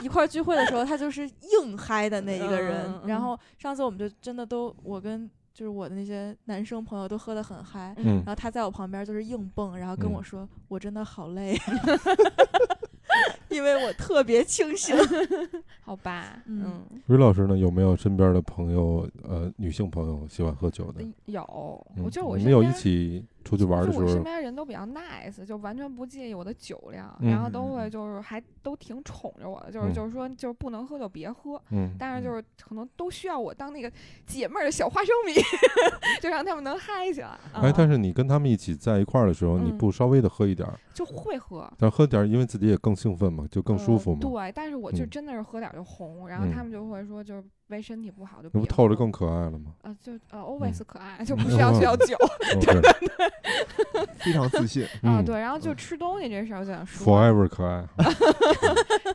Speaker 3: 一块儿聚会的时候，他就是硬嗨的那一个人。
Speaker 4: 嗯嗯嗯
Speaker 3: 然后上次我们就真的都，我跟就是我的那些男生朋友都喝得很嗨，
Speaker 1: 嗯
Speaker 3: 然，后他在我旁边就是硬蹦，然后跟
Speaker 1: 嗯
Speaker 3: 我说、我真的好累， 因为我特别清醒。
Speaker 4: 好吧，
Speaker 3: 嗯
Speaker 4: 嗯，
Speaker 1: 于老师呢，有没有身边的朋友，呃，女性朋友喜欢喝酒的？
Speaker 4: 有，
Speaker 1: 嗯
Speaker 4: 我觉得我
Speaker 1: 你们
Speaker 4: 身
Speaker 1: 有
Speaker 4: 边
Speaker 1: 一起出去玩的
Speaker 4: 就
Speaker 1: 时
Speaker 4: 我身
Speaker 1: 候，
Speaker 4: 边人都比较 nice，就完全不介意我的酒量，
Speaker 1: 嗯
Speaker 4: 然后都
Speaker 2: 嗯
Speaker 4: 会
Speaker 2: 嗯
Speaker 4: 就是还都挺宠着我的，就是、
Speaker 1: 嗯
Speaker 4: 就是说就是不能喝就别喝，
Speaker 1: 嗯，
Speaker 4: 但是
Speaker 1: 嗯
Speaker 4: 就是可能都需要我当那个解闷儿的小花生米， 就让他们能嗨起来。
Speaker 1: 哎，
Speaker 4: 嗯
Speaker 1: 但是你跟他们一起在一块儿的时候，你
Speaker 4: 嗯
Speaker 1: 不稍微的喝一点儿，
Speaker 4: 就会喝。
Speaker 1: 但喝点儿，因为自己也更兴奋嘛，就更舒服嘛
Speaker 4: 嗯。，对，但是我就
Speaker 1: 嗯
Speaker 4: 真的是喝点儿就红，然后
Speaker 1: 嗯
Speaker 4: 他们就会说，就是为身体不好就
Speaker 1: 那
Speaker 4: 别
Speaker 1: 不
Speaker 4: 喝。
Speaker 1: 透着更可爱 了吗？
Speaker 4: 呃，就
Speaker 2: 嗯
Speaker 4: 呃 always 可爱，就不需要需要 酒
Speaker 1: 嗯对，
Speaker 2: 非常自信，
Speaker 4: 啊。
Speaker 1: 嗯
Speaker 4: 对，然后就吃东西这事儿，我就想说，
Speaker 1: ，forever 可爱。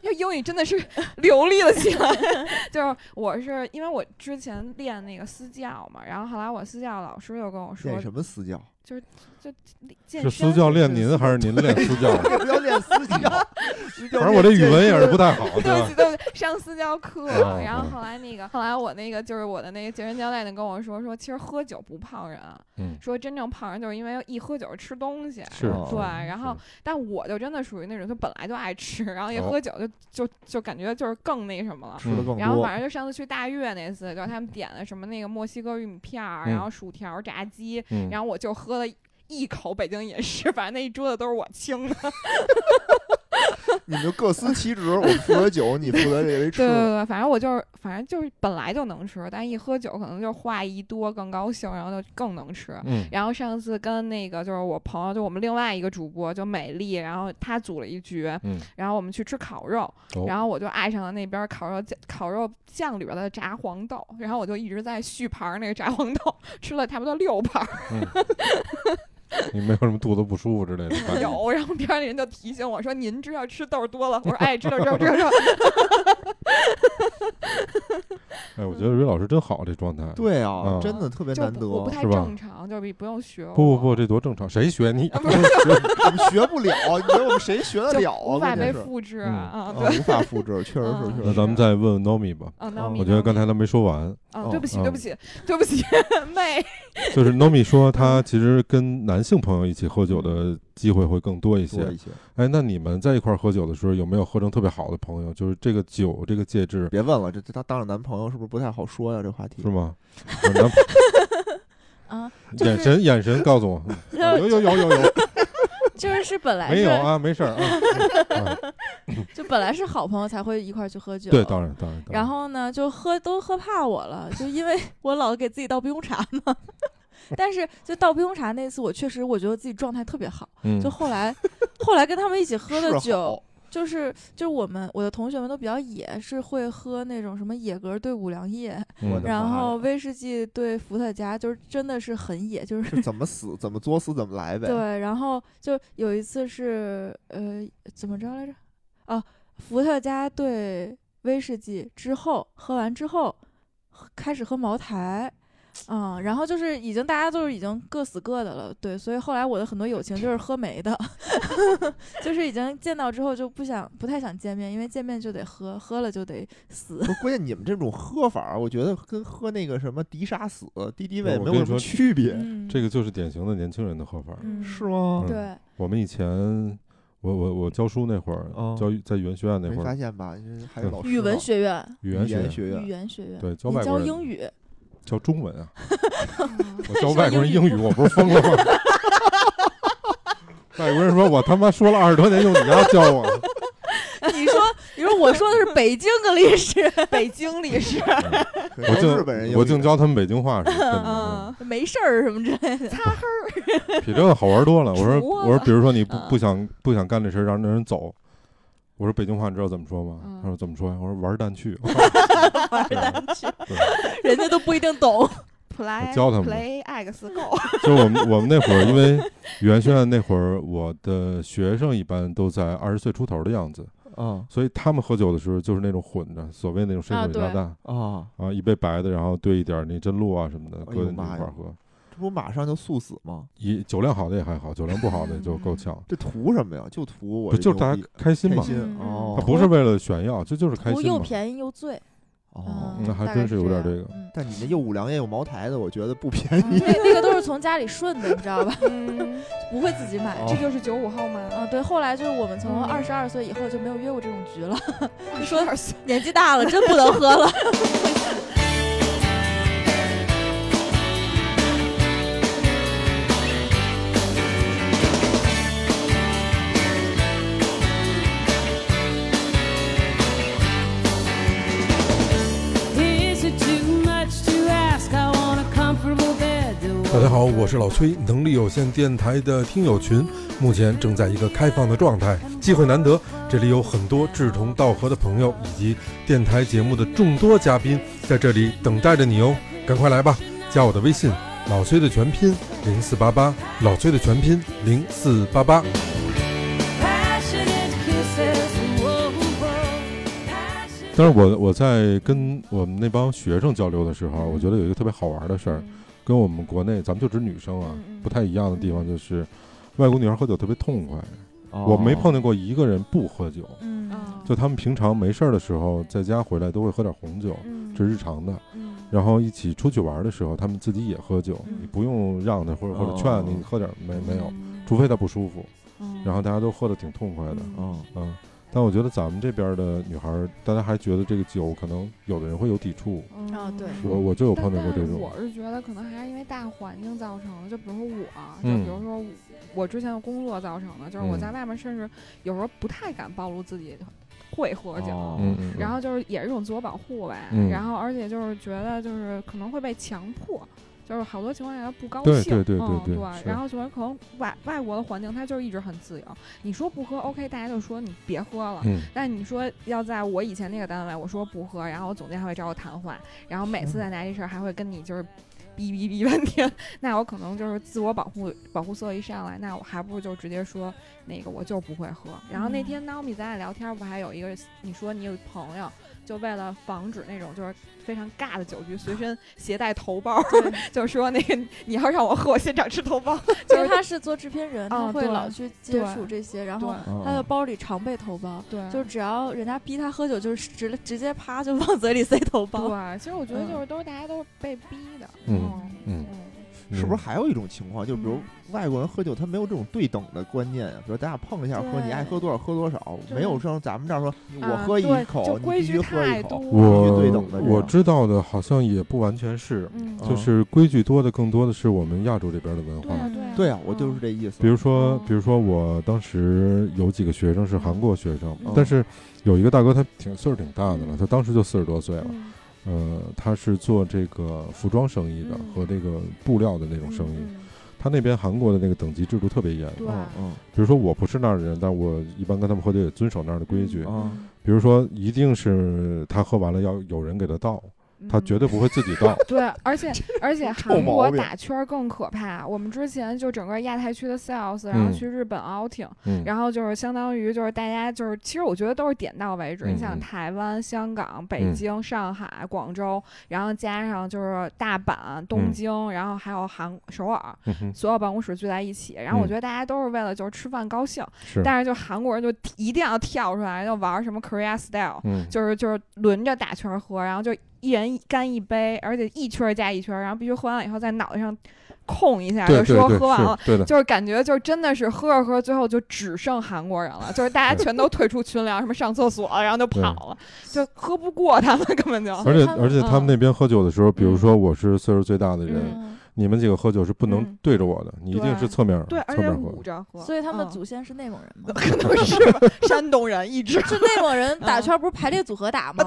Speaker 4: 因为英语真的是 流利了起来。 就是我是因为我之前练那个私教嘛，然后后来我私教老师就跟我说
Speaker 2: 练，什么私教？
Speaker 4: 健
Speaker 1: 是
Speaker 4: 身
Speaker 1: 私教练
Speaker 2: 是
Speaker 1: 您还是您练私教？
Speaker 2: 要不要练私教？
Speaker 1: 反正我这语文也是不太好，
Speaker 4: 对不
Speaker 1: 吧
Speaker 4: 起，？对不起，上私教课
Speaker 1: 啊，
Speaker 4: 然
Speaker 1: 啊
Speaker 4: 后后来那个，后来我那个就是我的那个健身教练就跟我说，说其实喝酒不胖人，啊
Speaker 1: 嗯
Speaker 4: 说真正胖人就是因为一喝酒吃东西。
Speaker 1: 是，
Speaker 2: 哦
Speaker 4: 对，然后但我就真的属于那种，就本来就爱吃，然后一喝酒就、就就感觉就是更那什么了。
Speaker 2: 吃的更
Speaker 4: 然后
Speaker 2: 多
Speaker 4: 反。正就上次去大悦那次，就是他们点了什么那个墨西哥玉米片儿，
Speaker 1: 嗯
Speaker 4: 然后薯条、炸鸡，
Speaker 1: 嗯，
Speaker 4: 然后我就喝了一口北京饮食，反正那一桌子都是我清的。
Speaker 2: 你们就各司其职，我负责酒，你负责这个
Speaker 4: 对对
Speaker 2: 吃。
Speaker 4: 对，反正我就是，反正就是本来就能吃，但一喝酒可能就话一多更高兴，然后就更能吃。
Speaker 1: 嗯，
Speaker 4: 然后上次跟那个就是我朋友，就我们另外一个主播，就美丽，然后她组了一局，
Speaker 1: 嗯
Speaker 4: 然后我们去吃烤肉，
Speaker 1: 哦
Speaker 4: 然后我就爱上了那边烤肉酱烤肉酱里边的炸黄豆，然后我就一直在续盘儿那个炸黄豆， 吃了差不多六盘儿
Speaker 1: 你没有什么肚子不舒服之类的反应？
Speaker 4: 有，然后边上人就提醒我说：“您知道吃豆儿多 了。”我说：“哎，知道知道知道。知道
Speaker 1: 哎，我觉得瑞老师真好，这状态。
Speaker 2: 对啊
Speaker 1: 嗯，
Speaker 2: 真的特别
Speaker 4: 就
Speaker 2: 难
Speaker 4: 不我不
Speaker 2: 得，
Speaker 4: 太
Speaker 1: 是吧
Speaker 4: 正常，就是不不用学我，
Speaker 1: 不不不，这多正常，谁学你？
Speaker 4: 啊不是
Speaker 1: 学
Speaker 2: 我们学不了，你觉得我们谁学得
Speaker 4: 就
Speaker 2: 了啊？
Speaker 4: 无法
Speaker 2: 关
Speaker 4: 被
Speaker 2: 键是
Speaker 4: 复制
Speaker 1: 嗯
Speaker 4: 啊，
Speaker 2: 啊
Speaker 4: 对，
Speaker 2: 无法复制，确实是
Speaker 4: 嗯
Speaker 2: 确
Speaker 1: 那
Speaker 2: 实是。
Speaker 1: 咱们再问问 Nomi 吧。
Speaker 4: 啊，那
Speaker 2: 嗯
Speaker 1: 哦我觉得刚
Speaker 4: 才
Speaker 1: 才他没说完，
Speaker 4: 啊
Speaker 2: 哦，
Speaker 4: 对不起
Speaker 1: 嗯
Speaker 4: 对不起对不起， 妹，
Speaker 1: 就是 Nomi 说他其实跟男性朋友一起喝酒的机会会更多一
Speaker 2: 多
Speaker 1: 些
Speaker 2: 一。些，
Speaker 1: 哎，那你们在一块儿喝酒的时候，有没有喝成特别好的朋友？就是这个酒这个介质
Speaker 2: 别问了，这这他当着男朋友是不是不太好说呀？这话题
Speaker 1: 是吗？我男
Speaker 3: 啊，就是
Speaker 1: 眼神眼神告诉我，嗯有
Speaker 2: 啊
Speaker 3: 就
Speaker 1: 有有有有，
Speaker 3: 就是本来
Speaker 1: 没
Speaker 3: 是
Speaker 1: 有啊，没事儿啊。嗯啊
Speaker 3: 就本来是好朋友才会一块儿去喝酒，
Speaker 1: 对，当然当然。当
Speaker 3: 然后呢，就喝都喝怕我了，就 因为我老给自己倒冰红茶嘛。 但是就倒冰红茶那次，我确实我觉得自己状态特别好。
Speaker 1: 嗯
Speaker 3: 就后来，后来跟他们一起喝
Speaker 2: 是
Speaker 3: 的
Speaker 2: 好
Speaker 3: 酒，就是就是我们我的同学们都比较野，是会喝那种什么野格对五粮液，
Speaker 2: 我
Speaker 1: 嗯
Speaker 2: 的
Speaker 3: 然
Speaker 2: 妈呀
Speaker 3: 后威士忌对伏特加，就是真的是很 野，就是
Speaker 2: 是怎么死怎么作死怎么来呗。
Speaker 3: 对，然后就有一次是呃怎么着来着？哦，伏特加对威士忌之后，喝完之后喝开始喝茅台。嗯，然后就是已经大家都是已经各死各的了，对，所以后来我的很多友情就是喝没的， 就是已经见到之后就不想不太想见面，因为见面就得喝，喝了就得死。
Speaker 2: 不是，关键你们这种喝法儿，我觉得跟喝那个什么敌杀死、敌敌
Speaker 1: 我
Speaker 2: 畏没
Speaker 1: 跟
Speaker 2: 有
Speaker 1: 你
Speaker 2: 什
Speaker 1: 说
Speaker 2: 么区别，
Speaker 3: 嗯，
Speaker 1: 这个就是典型的年轻人的喝法。
Speaker 3: 嗯
Speaker 2: 是吗
Speaker 1: 嗯？
Speaker 3: 对，
Speaker 1: 我们以前，我我我教书那会儿，
Speaker 2: 哦
Speaker 1: 教在语言学院那
Speaker 2: 没
Speaker 1: 会
Speaker 2: 发
Speaker 1: 儿，
Speaker 2: 现吧？你这还是
Speaker 1: 对
Speaker 2: 老师
Speaker 3: 语文
Speaker 2: 好
Speaker 3: 学院，
Speaker 1: 语
Speaker 2: 语
Speaker 1: 言
Speaker 2: 言
Speaker 1: 学
Speaker 2: 学
Speaker 3: 语
Speaker 2: 院，
Speaker 3: 言学院，
Speaker 1: 对教
Speaker 3: 你
Speaker 1: 外
Speaker 3: 教
Speaker 1: 国人
Speaker 3: 英语，
Speaker 1: 教中文啊，
Speaker 4: 嗯
Speaker 1: 我教外国人英语，我不是疯了吗？外国人说：“我他妈说了二十多年，用你丫教 我。
Speaker 3: 你说，你说我说的是北京的历史，
Speaker 4: 北京历 史，
Speaker 2: 可”
Speaker 1: 我
Speaker 2: 能日本人
Speaker 1: 净
Speaker 2: 英
Speaker 1: 我
Speaker 2: 语
Speaker 1: 净教他们北京话是真的，
Speaker 4: 嗯，
Speaker 3: 没事儿什么之类的。
Speaker 1: 嗯比这个好玩多了。我说
Speaker 4: 除
Speaker 1: 我说，比如说你不
Speaker 4: 嗯
Speaker 1: 不想不想干这事儿，让那人走。我说北京话你知道怎么说吗
Speaker 4: 嗯？
Speaker 1: 他说怎么说呀？我说玩蛋去。
Speaker 3: 玩
Speaker 1: 蛋
Speaker 3: 去， 人家都不一定懂。
Speaker 4: play
Speaker 1: 教他们
Speaker 4: play x go，
Speaker 1: 就我们我们那会儿，因为语言学院那会儿，我的学生一般都在二十岁出头的样子，
Speaker 2: 啊
Speaker 1: 所以他们喝酒的时候就是那种混着，所谓那种深
Speaker 3: 啊
Speaker 1: 水炸
Speaker 3: 对
Speaker 1: 弹
Speaker 2: 啊，
Speaker 1: 啊，一杯白的，然后兑一点那真露啊什么的，
Speaker 2: 哎
Speaker 1: 搁进
Speaker 2: 呦
Speaker 1: 去一
Speaker 2: 妈呀
Speaker 1: 块儿喝。
Speaker 2: 这不马上就速死吗？。
Speaker 1: 一酒量好的也还好，酒量不好的就够呛
Speaker 2: 这图什么呀？就图我
Speaker 1: 不
Speaker 2: 这
Speaker 1: 就是
Speaker 2: 牛
Speaker 1: 大家
Speaker 2: 逼
Speaker 1: 开心
Speaker 2: 开
Speaker 1: 嘛？
Speaker 2: 心
Speaker 3: 嗯
Speaker 2: 哦
Speaker 1: 他，不是为了炫耀，这就是开
Speaker 3: 图
Speaker 1: 心
Speaker 3: 又
Speaker 1: 嘛。
Speaker 3: 便宜又醉，
Speaker 2: 哦
Speaker 1: 嗯，那还
Speaker 3: 大概
Speaker 1: 真是
Speaker 3: 是
Speaker 1: 有点
Speaker 3: 这
Speaker 1: 这
Speaker 3: 样
Speaker 1: 个。
Speaker 3: 嗯
Speaker 2: 但你那又五粮液又茅台的，我觉得不便宜。
Speaker 3: 嗯 那那个都是从家里顺的，你知道吧？
Speaker 4: 嗯，
Speaker 3: 不会自己买
Speaker 2: 哦
Speaker 4: 这就是九五后吗？
Speaker 3: 啊，对，后来就是我们从
Speaker 4: 嗯
Speaker 3: 二十二岁以后就没有约过这种局了，
Speaker 4: 你说 点岁，
Speaker 3: 年纪大了真不能喝 了。
Speaker 5: Is it too much to ask? I want a comfortable bed. to
Speaker 1: 大家好，我是老崔，能力有限电台的听友群目前正在一个开放的状态，机会难得，这里有很多志同道合的朋友以及电台节目的众多嘉宾在这里等待着你哦，赶快来吧，加我的微信，老崔的全拼零四八八，老崔的全拼零四八八。
Speaker 5: Passionate kisses. Whoa, whoa. Passionate-
Speaker 1: 但是我我在跟我们那帮学生交流的时
Speaker 4: 嗯
Speaker 1: 候，我觉得有一个特别好玩的事儿，跟我们国内咱们就指女生啊
Speaker 4: 嗯嗯
Speaker 1: 不太一样的地方就是，外国女孩喝酒特别痛快，
Speaker 2: 哦
Speaker 1: 我没碰见过一个人不喝酒，
Speaker 3: 嗯
Speaker 4: 啊，
Speaker 1: 就他们平常没事儿的时候在家回来都会喝点红酒，
Speaker 4: 嗯
Speaker 1: 这是日常的。
Speaker 4: 嗯
Speaker 1: 然后一起出去玩的时候，他们自己也喝酒，
Speaker 4: 嗯
Speaker 1: 你不用让他或者或者劝
Speaker 2: 哦
Speaker 1: 你喝点儿，没没有，
Speaker 4: 嗯
Speaker 1: 除非他不舒服。
Speaker 4: 嗯
Speaker 1: 然后大家都喝的挺痛快的，
Speaker 2: 哦
Speaker 1: 啊，但我觉得咱们这边的女孩儿，大家还觉得这个酒可能有的人会有抵触，
Speaker 3: 哦对
Speaker 1: 我我就有碰见
Speaker 4: 但
Speaker 1: 过
Speaker 4: 嗯但
Speaker 1: 这
Speaker 4: 是
Speaker 1: 种。
Speaker 4: 我是觉得可能还是因为大环境造成的，就比如说我，啊
Speaker 1: 嗯
Speaker 4: 就比如说我之前的工作造成的，就是我在外面甚至有时候不太敢暴露自己会喝酒。
Speaker 6: 哦
Speaker 1: 嗯嗯，嗯
Speaker 4: 然后就是也是一种自我保护吧，
Speaker 1: 嗯
Speaker 4: 然后而且就是觉得就是可能会被强迫，就是好多情况下不高
Speaker 1: 对
Speaker 4: 兴，
Speaker 1: 对对对
Speaker 4: 嗯
Speaker 1: 对
Speaker 4: 对
Speaker 1: 是
Speaker 4: 然后就是可能外外国的环境它就是一直很自由，你说不喝 OK，大家就说你别喝了，
Speaker 1: 嗯，
Speaker 4: 但你说要在我以前那个单位，我说不喝，然后我总监还会找我谈话，然后
Speaker 3: 嗯
Speaker 4: 每次再拿这事儿还会跟你就是哔哔哔半天， 那我可能就是自我保护保护色一上来，那我还不如就直接说那个我就是不会喝。然后那
Speaker 3: 嗯
Speaker 4: 天 Naomi 咱俩聊天，不还有一个你说你有朋友。就为了防止那种就是非常尬的酒局，随身携带头孢儿， 就说那个你要让我喝，我现场吃头孢儿。
Speaker 3: 因
Speaker 4: 就
Speaker 3: 为
Speaker 4: 是
Speaker 3: 他是做制片人，他
Speaker 4: 啊
Speaker 3: 会
Speaker 4: 对
Speaker 3: 老去接
Speaker 4: 对
Speaker 3: 触这些，然
Speaker 4: 对
Speaker 3: 后
Speaker 1: 嗯
Speaker 3: 他的包里常备头孢，
Speaker 4: 对，
Speaker 3: 就是只要人家逼他喝酒，就是直直接啪就往嘴里塞头孢。
Speaker 4: 对。其实我觉得
Speaker 3: 嗯
Speaker 4: 就是都是大家都是被逼的。
Speaker 1: 嗯嗯嗯
Speaker 2: 是不是还有一种情况，就比如外国人喝酒，他没有这种对等的观念啊，比如咱俩碰一下喝，
Speaker 3: 对
Speaker 2: 你爱喝多少喝多少，
Speaker 4: 就是
Speaker 2: 没有像咱们这样说，我
Speaker 4: 啊
Speaker 2: 喝
Speaker 4: 对
Speaker 2: 一口，
Speaker 4: 就
Speaker 2: 你
Speaker 4: 规
Speaker 2: 必须
Speaker 4: 矩
Speaker 2: 喝一
Speaker 4: 太多
Speaker 2: 口。
Speaker 4: 了。
Speaker 1: 我
Speaker 2: 必须对等的这
Speaker 1: 嗯我
Speaker 2: 样
Speaker 1: 知道的好像也不完全是，
Speaker 4: 嗯，
Speaker 2: 嗯
Speaker 1: 就是规矩多的更多的是我们亚洲这边的文
Speaker 4: 对
Speaker 1: 化。
Speaker 4: 啊对啊
Speaker 2: 对啊，我就是这意思。
Speaker 1: 比如说
Speaker 4: 哦，
Speaker 1: 比如说，我当时有几个学生是韩国学生
Speaker 2: 嗯，
Speaker 1: 但是有一个大哥，他挺岁数挺大的了，他当时就四十多岁了。
Speaker 4: 嗯
Speaker 1: 呃，他是做这个服装生意的
Speaker 4: 嗯
Speaker 1: 和这个布料的那种生意。
Speaker 4: 嗯
Speaker 1: 他那边韩国的那个等级制度特别严。
Speaker 4: 对
Speaker 1: 啊
Speaker 2: 嗯嗯
Speaker 1: 比如说我不是那儿的人，但我一般跟他们喝酒也遵守那儿的规矩。啊
Speaker 2: 嗯
Speaker 1: 比如说，一定是他喝完了要有人给他倒，
Speaker 4: 嗯
Speaker 1: 他绝对不会自己 倒。
Speaker 4: 对，而且 而且
Speaker 2: 臭
Speaker 4: 韩
Speaker 2: 毛
Speaker 4: 国
Speaker 2: 病
Speaker 4: 打圈儿更可怕。我们之前就整个亚太区的 sales，然后
Speaker 1: 嗯
Speaker 4: 去日本 outing，
Speaker 1: 嗯，
Speaker 4: 然后就是相当于就是大家就是，其实我觉得都是点到为止。
Speaker 1: 嗯
Speaker 4: 你想
Speaker 1: 嗯
Speaker 4: 台湾、香港、
Speaker 1: 嗯
Speaker 4: 北京、上海、广州，然后加上就是大阪、
Speaker 1: 嗯
Speaker 4: 东京，然后还有韩首尔，
Speaker 1: 嗯哼
Speaker 4: 所有办公室聚在一起。然后
Speaker 1: 嗯
Speaker 4: 我觉得大家都是为了就是吃饭高兴，
Speaker 1: 是，
Speaker 4: 但是就韩国人就一定要跳出来，要玩儿什么 Korea style，
Speaker 1: 嗯，
Speaker 4: 就是就是轮着打圈儿喝，然后就一人一干一杯，而且一圈儿加一圈儿，然后必须喝完了以后在脑袋上空一下，
Speaker 1: 对
Speaker 4: 就
Speaker 1: 对
Speaker 4: 说
Speaker 1: 对，
Speaker 4: 喝完了。
Speaker 1: 是，对的，
Speaker 4: 就是感觉就真的是喝着喝，最后就只剩韩国人了，就是大家
Speaker 1: 对
Speaker 4: 全都退出群聊，什么上厕所，然后就
Speaker 1: 对
Speaker 4: 跑了，就喝不过他们，嗯 根本就
Speaker 1: 而且
Speaker 3: 他们
Speaker 1: 而且他们那边喝酒的时候，比如说我是岁数最大的人，
Speaker 3: 嗯，
Speaker 1: 你们几个喝酒是不能
Speaker 4: 嗯
Speaker 1: 对着我的，你一定是
Speaker 4: 对
Speaker 1: 侧面
Speaker 4: 对，而
Speaker 1: 侧
Speaker 4: 且
Speaker 1: 面喝
Speaker 4: 捂。着喝，
Speaker 3: 所以他们
Speaker 4: 嗯
Speaker 3: 祖先是内蒙人 嘛，
Speaker 4: 可能是吧山东人一直，
Speaker 3: 就内蒙人打圈不是排列组合打
Speaker 2: 啊
Speaker 3: 吗？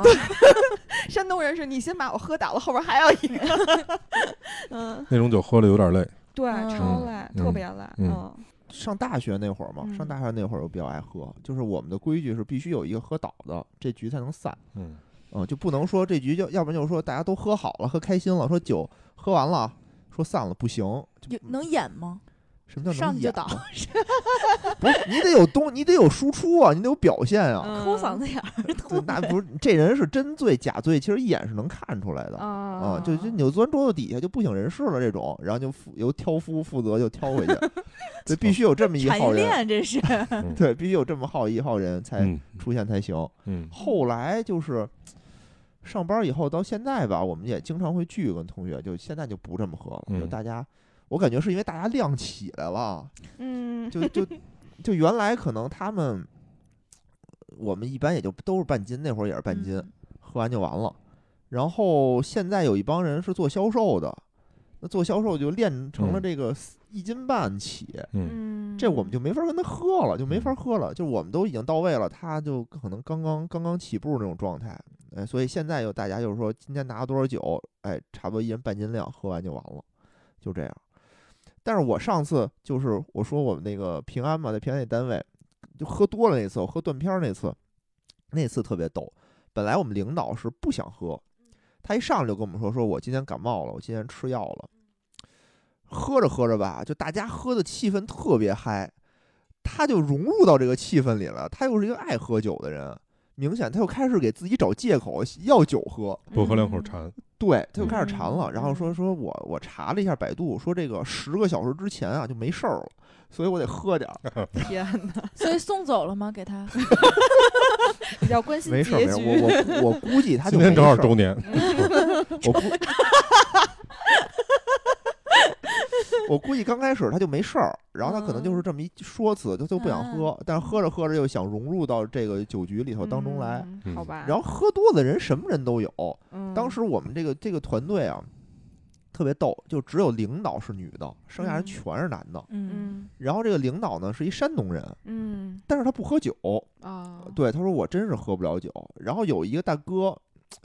Speaker 4: 山东人是你先把我喝倒了，后边还要一个， 嗯。
Speaker 1: 那种酒喝了有点累，
Speaker 4: 对，
Speaker 3: 嗯
Speaker 4: 超赖，特
Speaker 1: 嗯
Speaker 4: 别赖，
Speaker 1: 嗯
Speaker 4: 嗯
Speaker 2: 上大学那会儿嘛，上
Speaker 4: 嗯
Speaker 2: 大学那会儿我比较爱喝，就是我们的规矩是必须有一个喝倒的，这局才能散。
Speaker 1: 嗯，
Speaker 2: 嗯，就不能说这局就，要不然就是说大家都喝好了，喝开心了，说酒喝完了，说散了不行。就嗯
Speaker 3: 有能演吗？
Speaker 2: 什么叫
Speaker 3: 上
Speaker 2: 能
Speaker 3: 去就
Speaker 2: 演
Speaker 3: 倒
Speaker 2: 啊？， 不是你得有东，你得有输出啊，你得有表现啊。
Speaker 4: 嗯
Speaker 3: 抠嗓子眼儿
Speaker 2: 对
Speaker 3: 吐，。
Speaker 2: 那不是这人是真醉假醉，其实一眼是能看出来的。
Speaker 4: 啊
Speaker 3: 哦
Speaker 2: 啊，就就你就钻桌子底下就不省人事了这种，然后就负由挑夫负责就挑 回去，对，必须有这么一
Speaker 3: 产
Speaker 2: 号
Speaker 3: 业
Speaker 2: 人，
Speaker 3: 链这是，
Speaker 2: 对，必须有这么号一号人才
Speaker 1: 嗯
Speaker 2: 出现才行。
Speaker 1: 嗯
Speaker 2: 后来就是上班以后到现在吧，我们也经常会聚跟同学，就现在就不这么喝了，就
Speaker 1: 嗯
Speaker 2: 大家，我感觉是因为大家量起来了，
Speaker 4: 嗯，
Speaker 2: 就 就就原来可能他们，我们一般也就都是半斤，那会儿也是 半斤，
Speaker 3: 嗯
Speaker 2: 喝完就完了。然后现在有一帮人是做销售的，那做销售就练成了
Speaker 1: 嗯
Speaker 2: 这个四一斤半起，
Speaker 1: 嗯
Speaker 4: 嗯，
Speaker 2: 这我们就没法跟他喝了，就没法
Speaker 1: 嗯
Speaker 2: 喝了，就我们都已经到位了，他就可能刚刚刚刚起步那种状态。哎，所以现在就大家就是说，今天拿了多少酒，哎，差不多一人半斤量，喝完就完了，就这样。但是我上次就是我说我们那个平安嘛，在平安那单位就喝多了那次，我喝断片儿那次，那次特别逗。本来我们领导是不想喝，他一上来就跟我们说，说我今天感冒了，我今天吃药了。喝着喝着吧，就大家喝的气氛特别嗨，他就融入到这个气氛里了。他又是一个爱喝酒的人，明显他又开始给自己找借口要酒喝，
Speaker 1: 多喝两口馋。
Speaker 2: 对，他就开始馋了。
Speaker 4: 嗯
Speaker 2: 然后说说我我查了一下百度，说这个十个小时之前啊就没事儿了，所以我得喝点儿。
Speaker 4: 天哪，
Speaker 3: 所以送走了吗？给他，
Speaker 4: 比较关心
Speaker 2: 没事儿，没
Speaker 4: 结
Speaker 2: 事
Speaker 4: 局，
Speaker 2: 儿， 我我我估计他就
Speaker 1: 今天
Speaker 2: 没事
Speaker 1: 正好
Speaker 2: 儿。
Speaker 1: 周年，
Speaker 2: 我估。我估计刚开始他就没事儿，然后他可能
Speaker 4: 嗯
Speaker 2: 就是这么一说辞，他就不想喝，但是喝着喝着又想融入到这个酒局里头当中来。
Speaker 4: 嗯
Speaker 1: 嗯
Speaker 4: 好吧。
Speaker 2: 然后喝多的人什么人都有，
Speaker 4: 嗯
Speaker 2: 当时我们这个这个团队啊，特别逗，就只有领导是女的，剩下人
Speaker 4: 嗯
Speaker 2: 全是男的。
Speaker 3: 嗯，
Speaker 4: 嗯
Speaker 2: 然后这个领导呢是一山东人，
Speaker 4: 嗯
Speaker 2: 但是他不喝酒，
Speaker 4: 啊，
Speaker 2: 呃对他说我真是喝不了酒。然后有一个大哥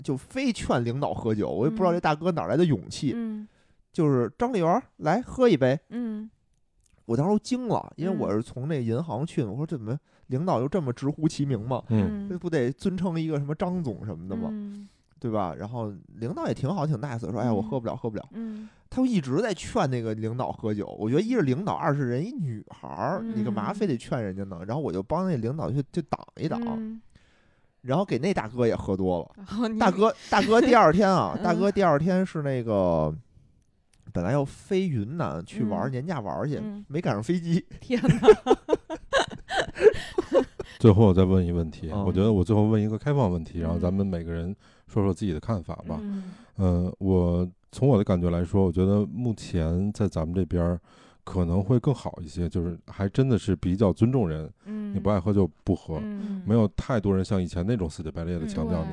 Speaker 2: 就非劝领导喝酒，我也不知道
Speaker 4: 嗯
Speaker 2: 这大哥哪儿来的勇气，
Speaker 4: 嗯
Speaker 2: 就是张丽媛儿来喝一杯。
Speaker 4: 嗯
Speaker 2: 我当时都惊了，因为我
Speaker 4: 嗯
Speaker 2: 是从那银行去的，我说怎么领导就这么直呼其名嘛？
Speaker 1: 嗯，
Speaker 2: 这
Speaker 4: 嗯，
Speaker 2: 不得尊称一个什么张总什么的嘛，
Speaker 4: 嗯
Speaker 2: 对吧？然后领导也挺好，挺 nice，的说哎呀我
Speaker 4: 嗯
Speaker 2: 喝不了，喝不了。
Speaker 4: 嗯，
Speaker 2: 他就一直在劝那个领导喝酒。我觉得一是领导，二是人一女孩儿，你干嘛
Speaker 4: 嗯
Speaker 2: 非得劝人家呢？然后我就帮那领导去去挡一挡，
Speaker 4: 嗯
Speaker 2: 然后给那大哥也喝多了。
Speaker 4: 然后你
Speaker 2: 大哥，大哥第二天啊，
Speaker 4: 嗯
Speaker 2: 大哥第二天是那个本来要飞云南去玩儿
Speaker 4: 嗯
Speaker 2: 年假玩儿去，
Speaker 4: 嗯
Speaker 2: 没赶上飞机。
Speaker 4: 天哪，
Speaker 1: 最后我再问一问题，
Speaker 2: 嗯
Speaker 1: 我觉得我最后问一个开放问题，然后
Speaker 4: 哦嗯
Speaker 1: 咱们每个人说说自己的看法吧。
Speaker 4: 嗯
Speaker 1: 嗯，我从我的感觉来说，我觉得目前在咱们这边儿可能会更好一些，就是还真的是比较尊重人，
Speaker 4: 嗯，
Speaker 1: 你不爱喝就不喝，
Speaker 4: 嗯，
Speaker 1: 没有太多人像以前那种死乞白赖的强调你。